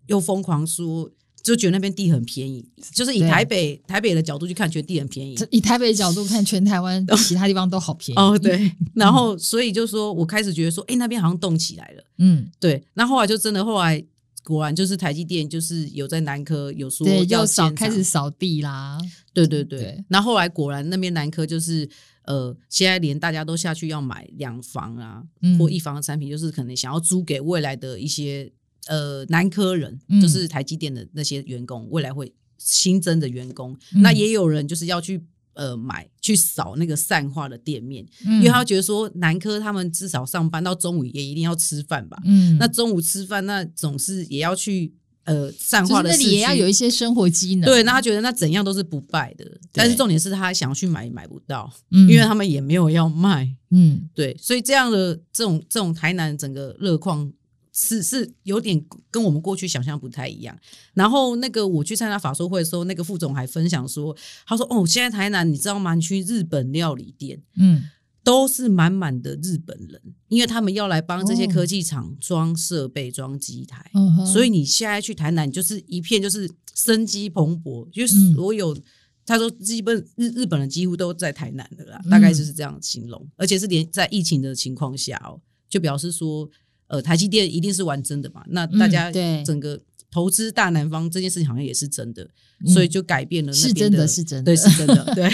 Speaker 2: 又疯狂说，就觉得那边地很便宜，就是以
Speaker 1: 对
Speaker 2: 台北台北的角度去看，觉得地很便宜。
Speaker 1: 这以台北的角度看，全台湾其他地方都好便宜。
Speaker 2: 哦，
Speaker 1: 嗯
Speaker 2: 对，然后所以就说我开始觉得说，哎，那边好像动起来了。
Speaker 1: 嗯，
Speaker 2: 对，那后来就真的后来果然就是台积电就是有在南科有说
Speaker 1: 对，
Speaker 2: 要
Speaker 1: 要扫
Speaker 2: 建厂
Speaker 1: 开始，扫地啦。
Speaker 2: 对对对
Speaker 1: 对。
Speaker 2: 那后来果然那边南科就是。呃，现在连大家都下去要买两房啊，
Speaker 1: 嗯
Speaker 2: 或一房的产品，就是可能想要租给未来的一些呃南科人，
Speaker 1: 嗯
Speaker 2: 就是台积电的那些员工，未来会新增的员工。
Speaker 1: 嗯
Speaker 2: 那也有人就是要去呃买去扫那个散化的店面，
Speaker 1: 因
Speaker 2: 因为他觉得说南科他们至少上班到中午也一定要吃饭吧。
Speaker 1: 嗯，
Speaker 2: 那中午吃饭，那总是也要去呃散
Speaker 1: 就是
Speaker 2: 化的
Speaker 1: 那
Speaker 2: 市
Speaker 1: 里也要
Speaker 2: 区
Speaker 1: 有一些生活机能。
Speaker 2: 对，那他觉得那怎样都是不败的，但是重点是他想要去买也买不到，
Speaker 1: 嗯，
Speaker 2: 因为他们也没有要卖。
Speaker 1: 嗯
Speaker 2: 对，所以这样的这种这种台南整个热况是是有点跟我们过去想象不太一样。然后那个我去参加法说会的时候，那个副总还分享说，他说哦，现在台南你知道吗？你去日本料理店。
Speaker 1: 嗯
Speaker 2: 都是满满的日本人，因为他们要来帮这些
Speaker 1: 哦
Speaker 2: 科技厂装设备、装机台，
Speaker 1: 嗯哼，
Speaker 2: 所以你现在去台南，你就是一片就是生机蓬勃，就是
Speaker 1: 嗯
Speaker 2: 所有、他说基本日日本人几乎都在台南的啦，大
Speaker 1: 嗯
Speaker 2: 概就是这样形容，而且是连在疫情的情况下哦，就表示说，呃，台积电一定是玩真的嘛，那大家
Speaker 1: 嗯对
Speaker 2: 整个投资大南方这件事情好像也是真的，
Speaker 1: 嗯
Speaker 2: 所以就改变了那
Speaker 1: 是
Speaker 2: 边
Speaker 1: 真的是真的
Speaker 2: 对，是真的，对，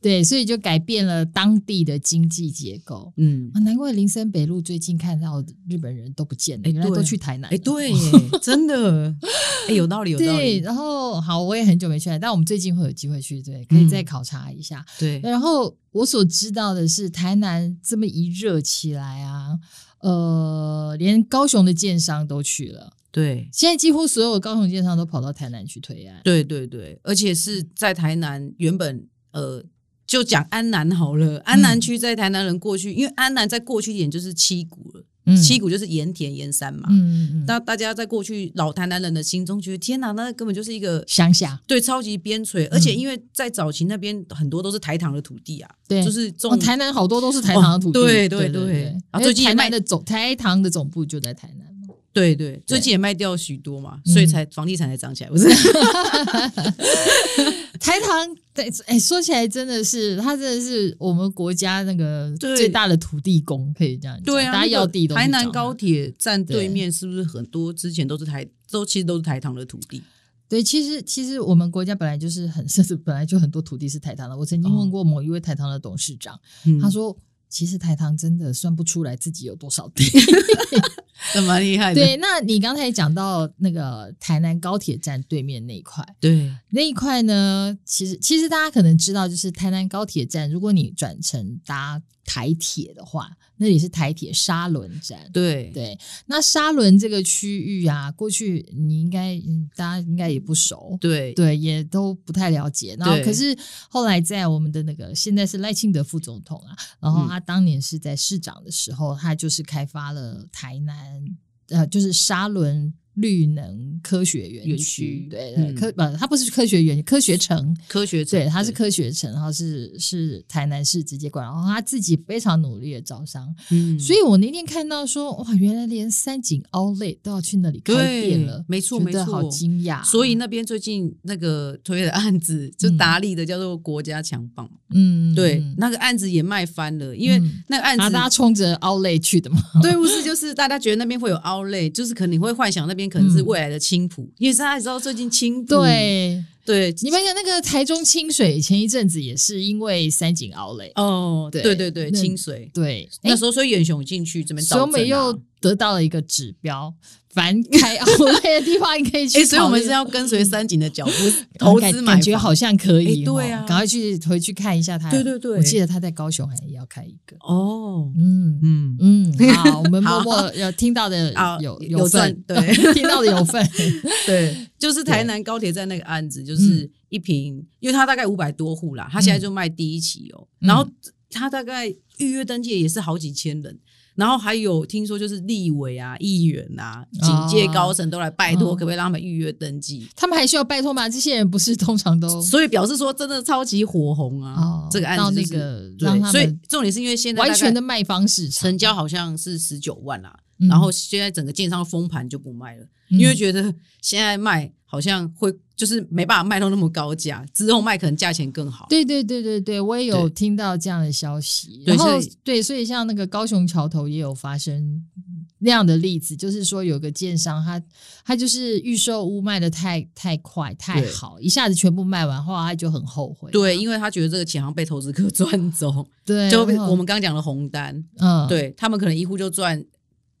Speaker 1: 对，所以就改变了当地的经济结构。
Speaker 2: 嗯。
Speaker 1: 啊，难怪林森北路最近看到日本人都不见了，
Speaker 2: 哎
Speaker 1: 原来都
Speaker 2: 对
Speaker 1: 去台南了。
Speaker 2: 哎，对耶，真的，哎，有道理，有道
Speaker 1: 对，
Speaker 2: 理，
Speaker 1: 然后好，我也很久没去了，但我们最近会有机会去，对，可以再
Speaker 2: 嗯
Speaker 1: 考察一下。
Speaker 2: 对，
Speaker 1: 然后我所知道的是，台南这么一热起来啊，呃，连高雄的建商都去了，
Speaker 2: 对
Speaker 1: 现在几乎所有高雄建商都跑到台南去推案。
Speaker 2: 对对对，而且是在台南原本呃。就讲安南好了，安南
Speaker 1: 嗯
Speaker 2: 区在台南人过去，因为安南在过去一点就是七股了，
Speaker 1: 嗯
Speaker 2: 七股啊就是盐田、盐山嘛。
Speaker 1: 嗯嗯嗯，
Speaker 2: 那大家在过去老台南人的心中觉得，天哪，那根本就是一个
Speaker 1: 乡下
Speaker 2: 对，超级边陲，而
Speaker 1: 嗯
Speaker 2: 且因为在早期那边很多都是台糖的土地啊，
Speaker 1: 对
Speaker 2: 就是种、
Speaker 1: 哦，台南好多都是台糖的土地，
Speaker 2: 哦
Speaker 1: 对对
Speaker 2: 对对对
Speaker 1: 因
Speaker 2: 啊
Speaker 1: 为
Speaker 2: 最近
Speaker 1: 台
Speaker 2: 也
Speaker 1: 南
Speaker 2: 卖
Speaker 1: 的总台糖的总部就在台南嘛。
Speaker 2: 对对，最近也卖掉许多嘛，所
Speaker 1: 嗯
Speaker 2: 以才房地产才涨起来，不是？
Speaker 1: 台糖对，哎、说起来真的是，它真的是我们国家那个
Speaker 2: 对
Speaker 1: 最大的土地公，可以这样讲。
Speaker 2: 对啊，
Speaker 1: 大家
Speaker 2: 那个
Speaker 1: 要地都是
Speaker 2: 台
Speaker 1: 这
Speaker 2: 南
Speaker 1: 样
Speaker 2: 高铁站
Speaker 1: 对
Speaker 2: 对面是不是很多之前都是台都其实都是台糖的土地？
Speaker 1: 对，其实其实我们国家本来就是很， 甚至本来就很多土地是台糖的。我曾经问过某一位台糖的董事长，
Speaker 2: 嗯
Speaker 1: 他说。其实台糖真的算不出来自己有多少地。
Speaker 2: 那蛮厉害的，
Speaker 1: 对，那你刚才讲到那个台南高铁站对面那一块，
Speaker 2: 对
Speaker 1: 那一块呢，其实其实大家可能知道，就是台南高铁站，如果你转乘搭台铁的话，那里是台铁沙仑站。
Speaker 2: 对
Speaker 1: 对，那沙仑这个区域啊，过去你应该嗯大家应该也不熟。
Speaker 2: 对
Speaker 1: 对，也都不太了解。然后，
Speaker 2: 对
Speaker 1: 可是后来在我们的那个现在是赖清德副总统啊，然后
Speaker 2: 嗯
Speaker 1: 他当年是在市长的时候，他就是开发了台南呃，就是沙仑绿能科学园
Speaker 2: 园
Speaker 1: 区
Speaker 2: 区。
Speaker 1: 对，
Speaker 2: 嗯
Speaker 1: 科不，它不是科学园，科学城。
Speaker 2: 科学城
Speaker 1: 对，它是科学城，然后是是台南市直接管，然后他自己非常努力的招商，
Speaker 2: 嗯
Speaker 1: 所以我那天看到说，哇，原来连三井 Outlet 都要去那里开店
Speaker 2: 对
Speaker 1: 了，
Speaker 2: 没错
Speaker 1: 觉
Speaker 2: 没
Speaker 1: 得好
Speaker 2: 错
Speaker 1: 惊讶。
Speaker 2: 所以那边最近那个推的案子，就达利的叫做国家强棒，
Speaker 1: 嗯，
Speaker 2: 对
Speaker 1: 嗯，
Speaker 2: 那个案子也卖翻了，因为
Speaker 1: 嗯
Speaker 2: 那个案
Speaker 1: 啊，
Speaker 2: 子
Speaker 1: 大家冲着 Outlet 去的嘛，
Speaker 2: 对，不是就是大家觉得那边会有凹类，就是可能你会幻想那边可能是未来的青浦，因为大家知道最近青浦
Speaker 1: 对，
Speaker 2: 对
Speaker 1: 嗯你们讲那个台中清水前一阵子也是因为三井 Outlet，
Speaker 2: 哦
Speaker 1: 对
Speaker 2: 对对对
Speaker 1: 那
Speaker 2: 清水
Speaker 1: 对，
Speaker 2: 那
Speaker 1: 哎
Speaker 2: 时候所以远雄进去这边
Speaker 1: 所以我
Speaker 2: 找
Speaker 1: 们
Speaker 2: 正
Speaker 1: 又
Speaker 2: 啊。
Speaker 1: 得到了一个指标，凡开 Outlet 的地方你可 以去考虑。
Speaker 2: 哎，所以我们是要跟随三井的 脚步
Speaker 1: 哦
Speaker 2: 投
Speaker 1: 感
Speaker 2: 资买
Speaker 1: 感觉
Speaker 2: 房
Speaker 1: 好像可以
Speaker 2: 哎
Speaker 1: 哦，
Speaker 2: 对啊
Speaker 1: 赶快去回去看一下他。
Speaker 2: 对对对
Speaker 1: 我记得他在高雄还要开一个。
Speaker 2: 哦，
Speaker 1: 嗯
Speaker 2: 嗯，
Speaker 1: 嗯，好，我 们默默有听到的
Speaker 2: 啊
Speaker 1: 有
Speaker 2: 有
Speaker 1: 份，
Speaker 2: 赚对
Speaker 1: 听到的有份。
Speaker 2: 对，就是台南高铁站那个案子，
Speaker 1: 嗯
Speaker 2: 就是一平，因为它大概五百多户啦，它现在就卖第一期哦，
Speaker 1: 嗯
Speaker 2: 然后它大概预约登记也是好几千人。然后还有听说，就是立委啊、议员啊、警戒高层都来拜托，
Speaker 1: 哦
Speaker 2: 可不可以让他们预约登记？
Speaker 1: 他们还需要拜托吗？这些人不是通常都
Speaker 2: 所以表示说，真的超级火红啊！
Speaker 1: 哦
Speaker 2: 这个案
Speaker 1: 到
Speaker 2: 子
Speaker 1: 那
Speaker 2: 就是
Speaker 1: 个让他
Speaker 2: 对，所以
Speaker 1: 们
Speaker 2: 重点是因为现在
Speaker 1: 完全的
Speaker 2: 大概
Speaker 1: 卖方市场
Speaker 2: 成，交好像是十九万啦，
Speaker 1: 嗯
Speaker 2: 然后现在整个建商封盘就不卖了。
Speaker 1: 嗯
Speaker 2: 因为觉得现在卖好像会就是没办法卖到那么高价，之后卖可能价钱更好。
Speaker 1: 对对对对对，我也有
Speaker 2: 对
Speaker 1: 听到这样的消息。
Speaker 2: 对
Speaker 1: 然后
Speaker 2: 所以
Speaker 1: 对，所以像那个高雄桥头也有发生那样的例子，就是说有个建商他他就是预售屋卖的太太快太
Speaker 2: 对
Speaker 1: 好，一下子全部卖完后来他就很后悔。
Speaker 2: 对，因为他觉得这个钱好像被投资客 赚走，
Speaker 1: 啊对，
Speaker 2: 就被
Speaker 1: 然后
Speaker 2: 我们刚刚讲的红单，
Speaker 1: 嗯，
Speaker 2: 对他们可能一户就赚。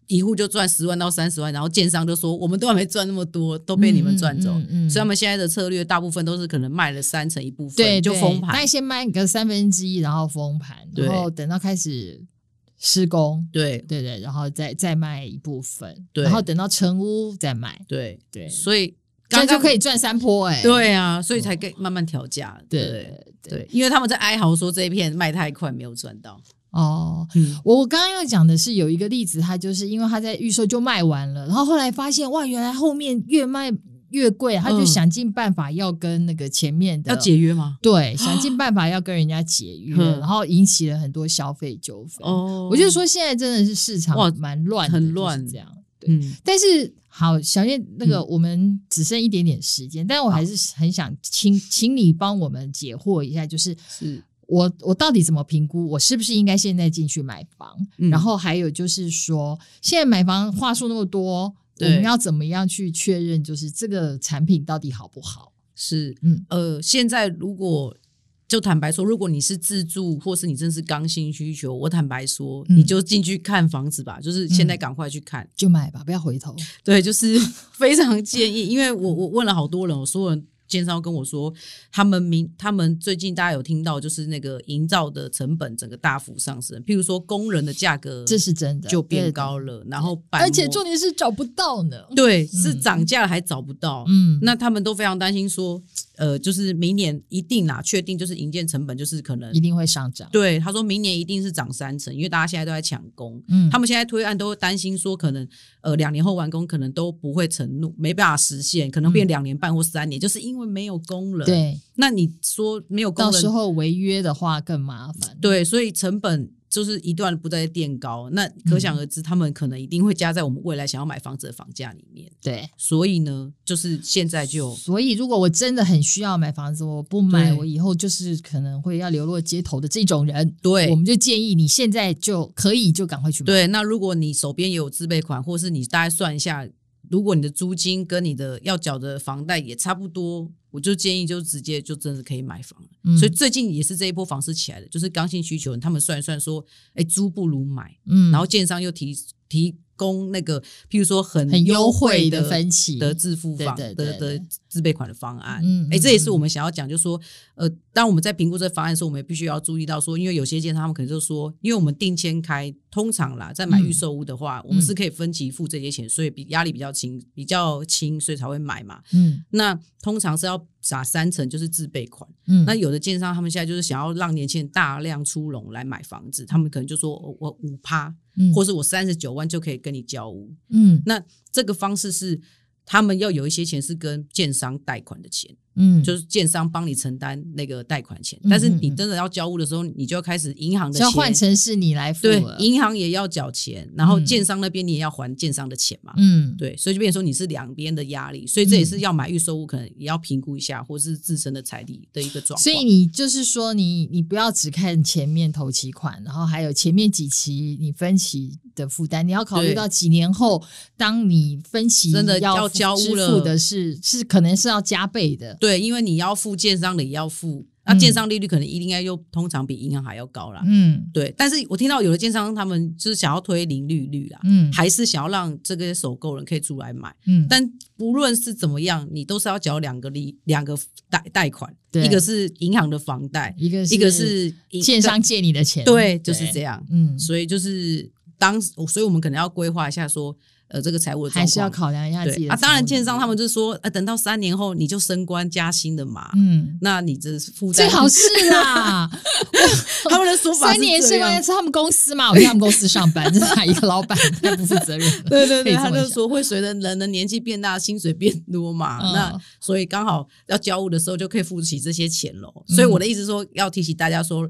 Speaker 2: 一户就赚十万到三十万，然后建商就说我们都还没赚那么多，都被你们赚走，
Speaker 1: 嗯嗯嗯嗯
Speaker 2: 所以他们现在的策略大部分都是可能卖了三成一部分
Speaker 1: 对
Speaker 2: 就
Speaker 1: 对
Speaker 2: 封
Speaker 1: 那
Speaker 2: 盘，
Speaker 1: 先卖个三分之一，然后封盘，
Speaker 2: 对
Speaker 1: 然后等到开始施工，
Speaker 2: 对
Speaker 1: 对对，然后再再卖一部分，
Speaker 2: 对
Speaker 1: 然后等到成屋再卖，
Speaker 2: 对，
Speaker 1: 对，
Speaker 2: 所以
Speaker 1: 这
Speaker 2: 刚
Speaker 1: 样
Speaker 2: 刚
Speaker 1: 就可以赚三波哎、
Speaker 2: 对啊，所以才可以慢慢调价，
Speaker 1: 对
Speaker 2: 对
Speaker 1: 对对
Speaker 2: 对，因为他们在哀嚎说这一片卖太快没有赚到，
Speaker 1: 哦，
Speaker 2: 嗯，
Speaker 1: 我我刚刚要讲的是有一个例子，他就是因为他在预售就卖完了，然后后来发现哇，原来后面越卖越贵，他就
Speaker 2: 嗯
Speaker 1: 想尽办法要跟那个前面的
Speaker 2: 要解啊约吗？
Speaker 1: 对，想尽办法要跟人家 解约，
Speaker 2: 嗯
Speaker 1: 然后引起了很多消费纠纷。
Speaker 2: 哦
Speaker 1: 我就，说现在真的是市场
Speaker 2: 哇
Speaker 1: 蛮乱的，
Speaker 2: 很
Speaker 1: 就是
Speaker 2: 乱
Speaker 1: 这样。对，
Speaker 2: 嗯，
Speaker 1: 但是好，小燕，那个
Speaker 2: 嗯
Speaker 1: 我们只剩一点点时间，但我还是很想请请你帮我们解惑一下，就是
Speaker 2: 是，
Speaker 1: 我我到底怎么评估，我是不是应该现在进去买房？
Speaker 2: 嗯
Speaker 1: 然后还有就是说，现在买房话术那么多，我
Speaker 2: 对
Speaker 1: 们要怎么样去确认，就是这个产品到底好不好？
Speaker 2: 是，
Speaker 1: 嗯
Speaker 2: 嗯，呃，现在如果就坦白说，如果你是自住，或是你真是刚性需求，我坦白说，
Speaker 1: 嗯
Speaker 2: 你就进去看房子吧，就是现在
Speaker 1: 嗯
Speaker 2: 赶快去看。
Speaker 1: 就买吧，不要回头。
Speaker 2: 对，就是非常建议，因为我我问了好多人，我所有人。建商跟我说，他们明他们最近大家有听到，就是那个营造的成本整个大幅上升，譬如说工人的价格
Speaker 1: 这是真的，
Speaker 2: 就
Speaker 1: 对
Speaker 2: 变
Speaker 1: 的
Speaker 2: 高了，然后板
Speaker 1: 而且
Speaker 2: 模
Speaker 1: 重点是找不到呢。
Speaker 2: 对是
Speaker 1: 嗯
Speaker 2: 涨价了还找不到，
Speaker 1: 嗯，
Speaker 2: 那他们都非常担心说，呃，就是明年一定啦，确定就是营建成本就是可能
Speaker 1: 一定会上涨。
Speaker 2: 对，他说明年一定是涨三成，因为大家现在都在抢工。
Speaker 1: 嗯
Speaker 2: 他们现在推案都会担心说，可能呃两年后完工，可能都不会承诺，没办法实现，可能变
Speaker 1: 嗯
Speaker 2: 两年半或三年，就是因为没有工人。，
Speaker 1: 对，
Speaker 2: 那你说没有工
Speaker 1: 到
Speaker 2: 人，
Speaker 1: 时候违约的话更麻烦。
Speaker 2: 对，所以成本就是一段不断地垫高，那可
Speaker 1: 嗯
Speaker 2: 想而知，他们可能一定会加在我们未来想要买房子的房价里面。
Speaker 1: 对，
Speaker 2: 所以呢，就是现在就
Speaker 1: 所以如果我真的很需要买房子，我不买，
Speaker 2: 对
Speaker 1: 我以后就是可能会要流落街头的这种人。
Speaker 2: 对
Speaker 1: 我们就建议你现在就可以就赶快去买。
Speaker 2: 对，那如果你手边也有自备款，或是你大概算一下，如果你的租金跟你的要缴的房贷也差不多，我就建议就直接就真的可以买房了。
Speaker 1: 嗯
Speaker 2: 所以最近也是这一波房市起来的，就是刚性需求人，他们算一算说，哎，租不如买，
Speaker 1: 嗯
Speaker 2: 然后建商又提提供那个，譬如说很
Speaker 1: 很优
Speaker 2: 惠
Speaker 1: 惠的分期，
Speaker 2: 的自付
Speaker 1: 对
Speaker 2: 房
Speaker 1: 对
Speaker 2: 的
Speaker 1: 对
Speaker 2: 的自备款的方案。
Speaker 1: 嗯
Speaker 2: 哎、
Speaker 1: 嗯
Speaker 2: 这也是
Speaker 1: 嗯
Speaker 2: 我们想要讲，就是说，呃，当我们在评估这方案的时候，我们也必须要注意到说，因为有些建商他们可能就说，因为我们定签开，通常啦，在买
Speaker 1: 嗯
Speaker 2: 预售屋的话，我们是可以分期付这些钱，所以比压力比较轻，比较轻，所以才会买嘛。
Speaker 1: 嗯
Speaker 2: 那通常是要撒三成，就是自备款。
Speaker 1: 嗯，
Speaker 2: 那有的建商他们现在就是想要让年轻人大量出笼来买房子，他们可能就说哦我五趴，
Speaker 1: 嗯
Speaker 2: 或是我三十九万就可以跟你交屋。
Speaker 1: 嗯
Speaker 2: 那这个方式是他们要有一些钱是跟建商贷款的钱，
Speaker 1: 嗯，
Speaker 2: 就是是建商帮你承担那个贷款钱
Speaker 1: 嗯，
Speaker 2: 但是
Speaker 1: 嗯
Speaker 2: 你
Speaker 1: 嗯
Speaker 2: 真的要交屋的时候，你就要开始银行的
Speaker 1: 要换
Speaker 2: 钱，
Speaker 1: 成是你来付
Speaker 2: 对
Speaker 1: 了，
Speaker 2: 银行也要缴钱，然后
Speaker 1: 嗯
Speaker 2: 建商那边你也要还建商的钱嘛。
Speaker 1: 嗯
Speaker 2: 对，所以就变成说你是两边的压力，所以这也是要买预售屋，可能也要评估一下，或是自身的财力的一个状况。
Speaker 1: 所以你就是说你，你不要只看前面头期款，然后还有前面几期你分期的负担，你要考虑
Speaker 2: 对
Speaker 1: 到几年后，当你分期
Speaker 2: 真的
Speaker 1: 要
Speaker 2: 要交屋
Speaker 1: 支付
Speaker 2: 了
Speaker 1: 的是是可能是要加倍的。
Speaker 2: 对，因为你要付建商的也要付，那
Speaker 1: 嗯
Speaker 2: 建商利率可能应该又通常比银行还要高啦。
Speaker 1: 嗯
Speaker 2: 对，但是我听到有的建商他们就是想要推零利率啦，
Speaker 1: 嗯
Speaker 2: 还是想要让这个首购人可以出来买。
Speaker 1: 嗯，
Speaker 2: 但不论是怎么样，你都是要缴两个利两个贷贷款，
Speaker 1: 对
Speaker 2: 一个是银行的房贷，
Speaker 1: 一个
Speaker 2: 一个是银
Speaker 1: 线上借你的钱，
Speaker 2: 对，就是这。样。
Speaker 1: 嗯，
Speaker 2: 所以就是当，所以我们可能要规划一下说，呃，这个财务的状
Speaker 1: 还
Speaker 2: 况
Speaker 1: 是要考量一下自己
Speaker 2: 对
Speaker 1: 的
Speaker 2: 啊。当然，建商他
Speaker 1: 们
Speaker 2: 们就说，呃，等到三年后你就升官加薪的嘛，
Speaker 1: 嗯。
Speaker 2: 那你这是负担
Speaker 1: 最好是 啦，
Speaker 2: 他们的说法
Speaker 1: 三
Speaker 2: 是
Speaker 1: 年
Speaker 2: 这
Speaker 1: 是
Speaker 2: 样
Speaker 1: 关是他们公司嘛，我在他们公司上班，这是哪一个老板太不负责任了？
Speaker 2: 对对
Speaker 1: 可以
Speaker 2: 对，
Speaker 1: 这么
Speaker 2: 他就
Speaker 1: 想
Speaker 2: 说会随着人的年纪变大，薪水变多嘛，
Speaker 1: 嗯
Speaker 2: 那所以刚好要交屋的时候就可以付起这些钱喽。
Speaker 1: 嗯
Speaker 2: 所以我的意思说，要提醒大家说，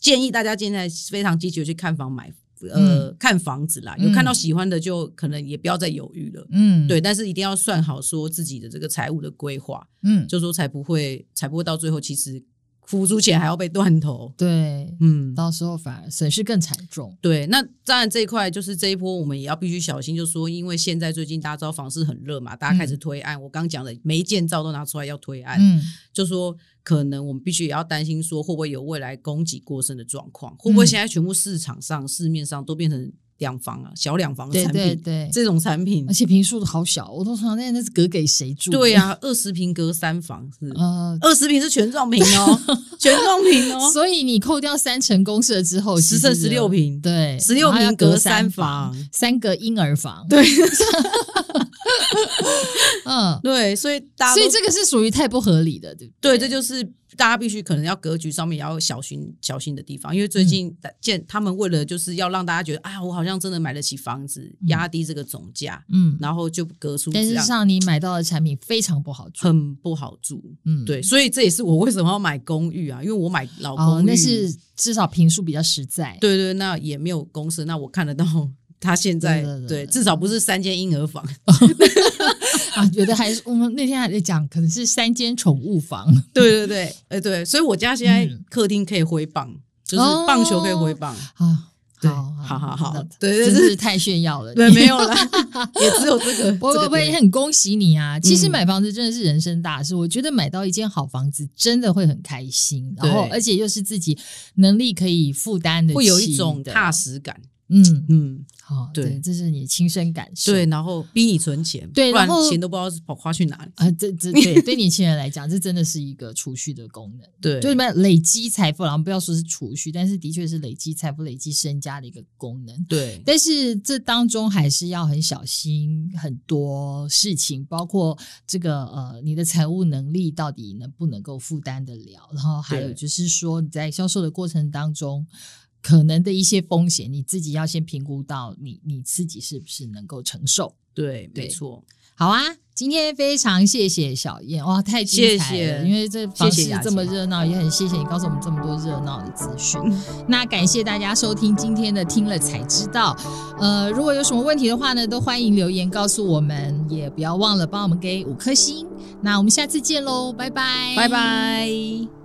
Speaker 2: 建议大家现在非常积极地去看房买，呃，
Speaker 1: 嗯
Speaker 2: 看房子啦，有看到喜欢的就可能也不要再犹豫了。
Speaker 1: 嗯，
Speaker 2: 对，但是一定要算好说自己的这个财务的规划，
Speaker 1: 嗯，
Speaker 2: 就说才不会才不会到最后其实付出钱还要被断头。
Speaker 1: 对，
Speaker 2: 嗯，
Speaker 1: 到时候反而损失更惨重。
Speaker 2: 对，那当然这一块就是这一波，我们也要必须小心，就说因为现在最近大家知道房市很热嘛，大家开始推案。我刚讲的每建造都拿出来要推案，
Speaker 1: 嗯，
Speaker 2: 就说可能我们必须也要担心说会不会有未来供给过剩的状况，会不会
Speaker 1: 嗯
Speaker 2: 现在全部市场上市面上都变成两房啊、小两房的
Speaker 1: 对
Speaker 2: 产品
Speaker 1: 对呃对，
Speaker 2: 这种产品
Speaker 1: 而，且平数好小，我都想那那是隔给谁住？
Speaker 2: 对，啊，二十平隔三房是。
Speaker 1: 呃，
Speaker 2: 二十平是全幢平哦， 全幢平哦，
Speaker 1: 所以你扣掉三成公社之后，
Speaker 2: 十剩
Speaker 1: 其实
Speaker 2: 16平
Speaker 1: 对，
Speaker 2: 16
Speaker 1: 然后要
Speaker 2: 平隔
Speaker 1: 三
Speaker 2: 三
Speaker 1: 房
Speaker 2: 房，
Speaker 1: 三个婴儿房，
Speaker 2: 对
Speaker 1: 嗯，
Speaker 2: 对，所以 大家
Speaker 1: 所以
Speaker 2: 都
Speaker 1: 这个是属于太不合理的，对不
Speaker 2: 对，这就是大家必须可能要格局上面也要小心小心的地方，因为
Speaker 1: 嗯
Speaker 2: 最近见他们为了就是要让大家觉得，哎呀，我好像真的买得起房子，压低这个总价，
Speaker 1: 嗯，
Speaker 2: 然后就格出
Speaker 1: 但
Speaker 2: 这
Speaker 1: 是
Speaker 2: 样
Speaker 1: 像你买到的产品非常不好住，
Speaker 2: 很不好住。
Speaker 1: 嗯，
Speaker 2: 对，。所以这也是我为什么要买公寓啊，因为我买老公
Speaker 1: 哦
Speaker 2: 寓，，
Speaker 1: 那是至少平数比较实在。
Speaker 2: 对对，那也没有公司，那我看得到 他现在
Speaker 1: 对对对嗯
Speaker 2: 对，至少不是三间婴儿房，
Speaker 1: 啊，有的还是我们那天还在讲，可能是三间宠物房，
Speaker 2: 对对对，哎对，所以我家现在
Speaker 1: 嗯
Speaker 2: 客厅可以挥棒，就是
Speaker 1: 哦
Speaker 2: 棒球可以挥棒，
Speaker 1: 啊，
Speaker 2: 对
Speaker 1: 好
Speaker 2: 好好好
Speaker 1: 那
Speaker 2: 对对
Speaker 1: 真
Speaker 2: 对
Speaker 1: 是太炫耀了。
Speaker 2: 对，没 有啦，也只有这个。
Speaker 1: 我
Speaker 2: 这个嗯
Speaker 1: 我我
Speaker 2: 点
Speaker 1: 也很恭喜你啊！其实买房子真的是人生大事，我觉得买到一间好房子真的会很开心，然后
Speaker 2: 对
Speaker 1: 而且又是自己能力可以负担的，
Speaker 2: 会有一种踏。实感，
Speaker 1: 嗯，
Speaker 2: 嗯，
Speaker 1: 好，
Speaker 2: 对
Speaker 1: 对，这是你亲身感受。
Speaker 2: 对，然后逼你存钱，
Speaker 1: 对
Speaker 2: 不然
Speaker 1: 然后
Speaker 2: 钱都不知道是跑花去哪里。
Speaker 1: 啊，这这对对年轻人来讲，这真的是一个储蓄的功能。
Speaker 2: 对，
Speaker 1: 就是没有累积财富，然后不要说是储蓄，但是的确是累积财富、累积身家的一个功能。
Speaker 2: 对，
Speaker 1: 但是这当中还是要很小心很多事情，包括这个呃，你的财务能力到底能不能够负担得了，然后还有
Speaker 2: 对
Speaker 1: 就是说你在销售的过程当中。可能的一些风险，你自己要先评估到你你自己是不是能够承受。
Speaker 2: 对，
Speaker 1: 对
Speaker 2: 没错，
Speaker 1: 好啊，今天非常谢谢小燕，哇，太精彩了！
Speaker 2: 谢谢
Speaker 1: 因为这房
Speaker 2: 谢
Speaker 1: 市
Speaker 2: 谢雅
Speaker 1: 这么
Speaker 2: 琴
Speaker 1: 热闹，也很谢谢你告诉我们这么多热闹的资讯。那感谢大家收听今天的《听了才知道》，呃，如果有什么问题的话呢，都欢迎留言告诉我们，也哎不要忘了帮我们给五颗星。那我们下次见喽，拜拜，
Speaker 2: 拜。拜。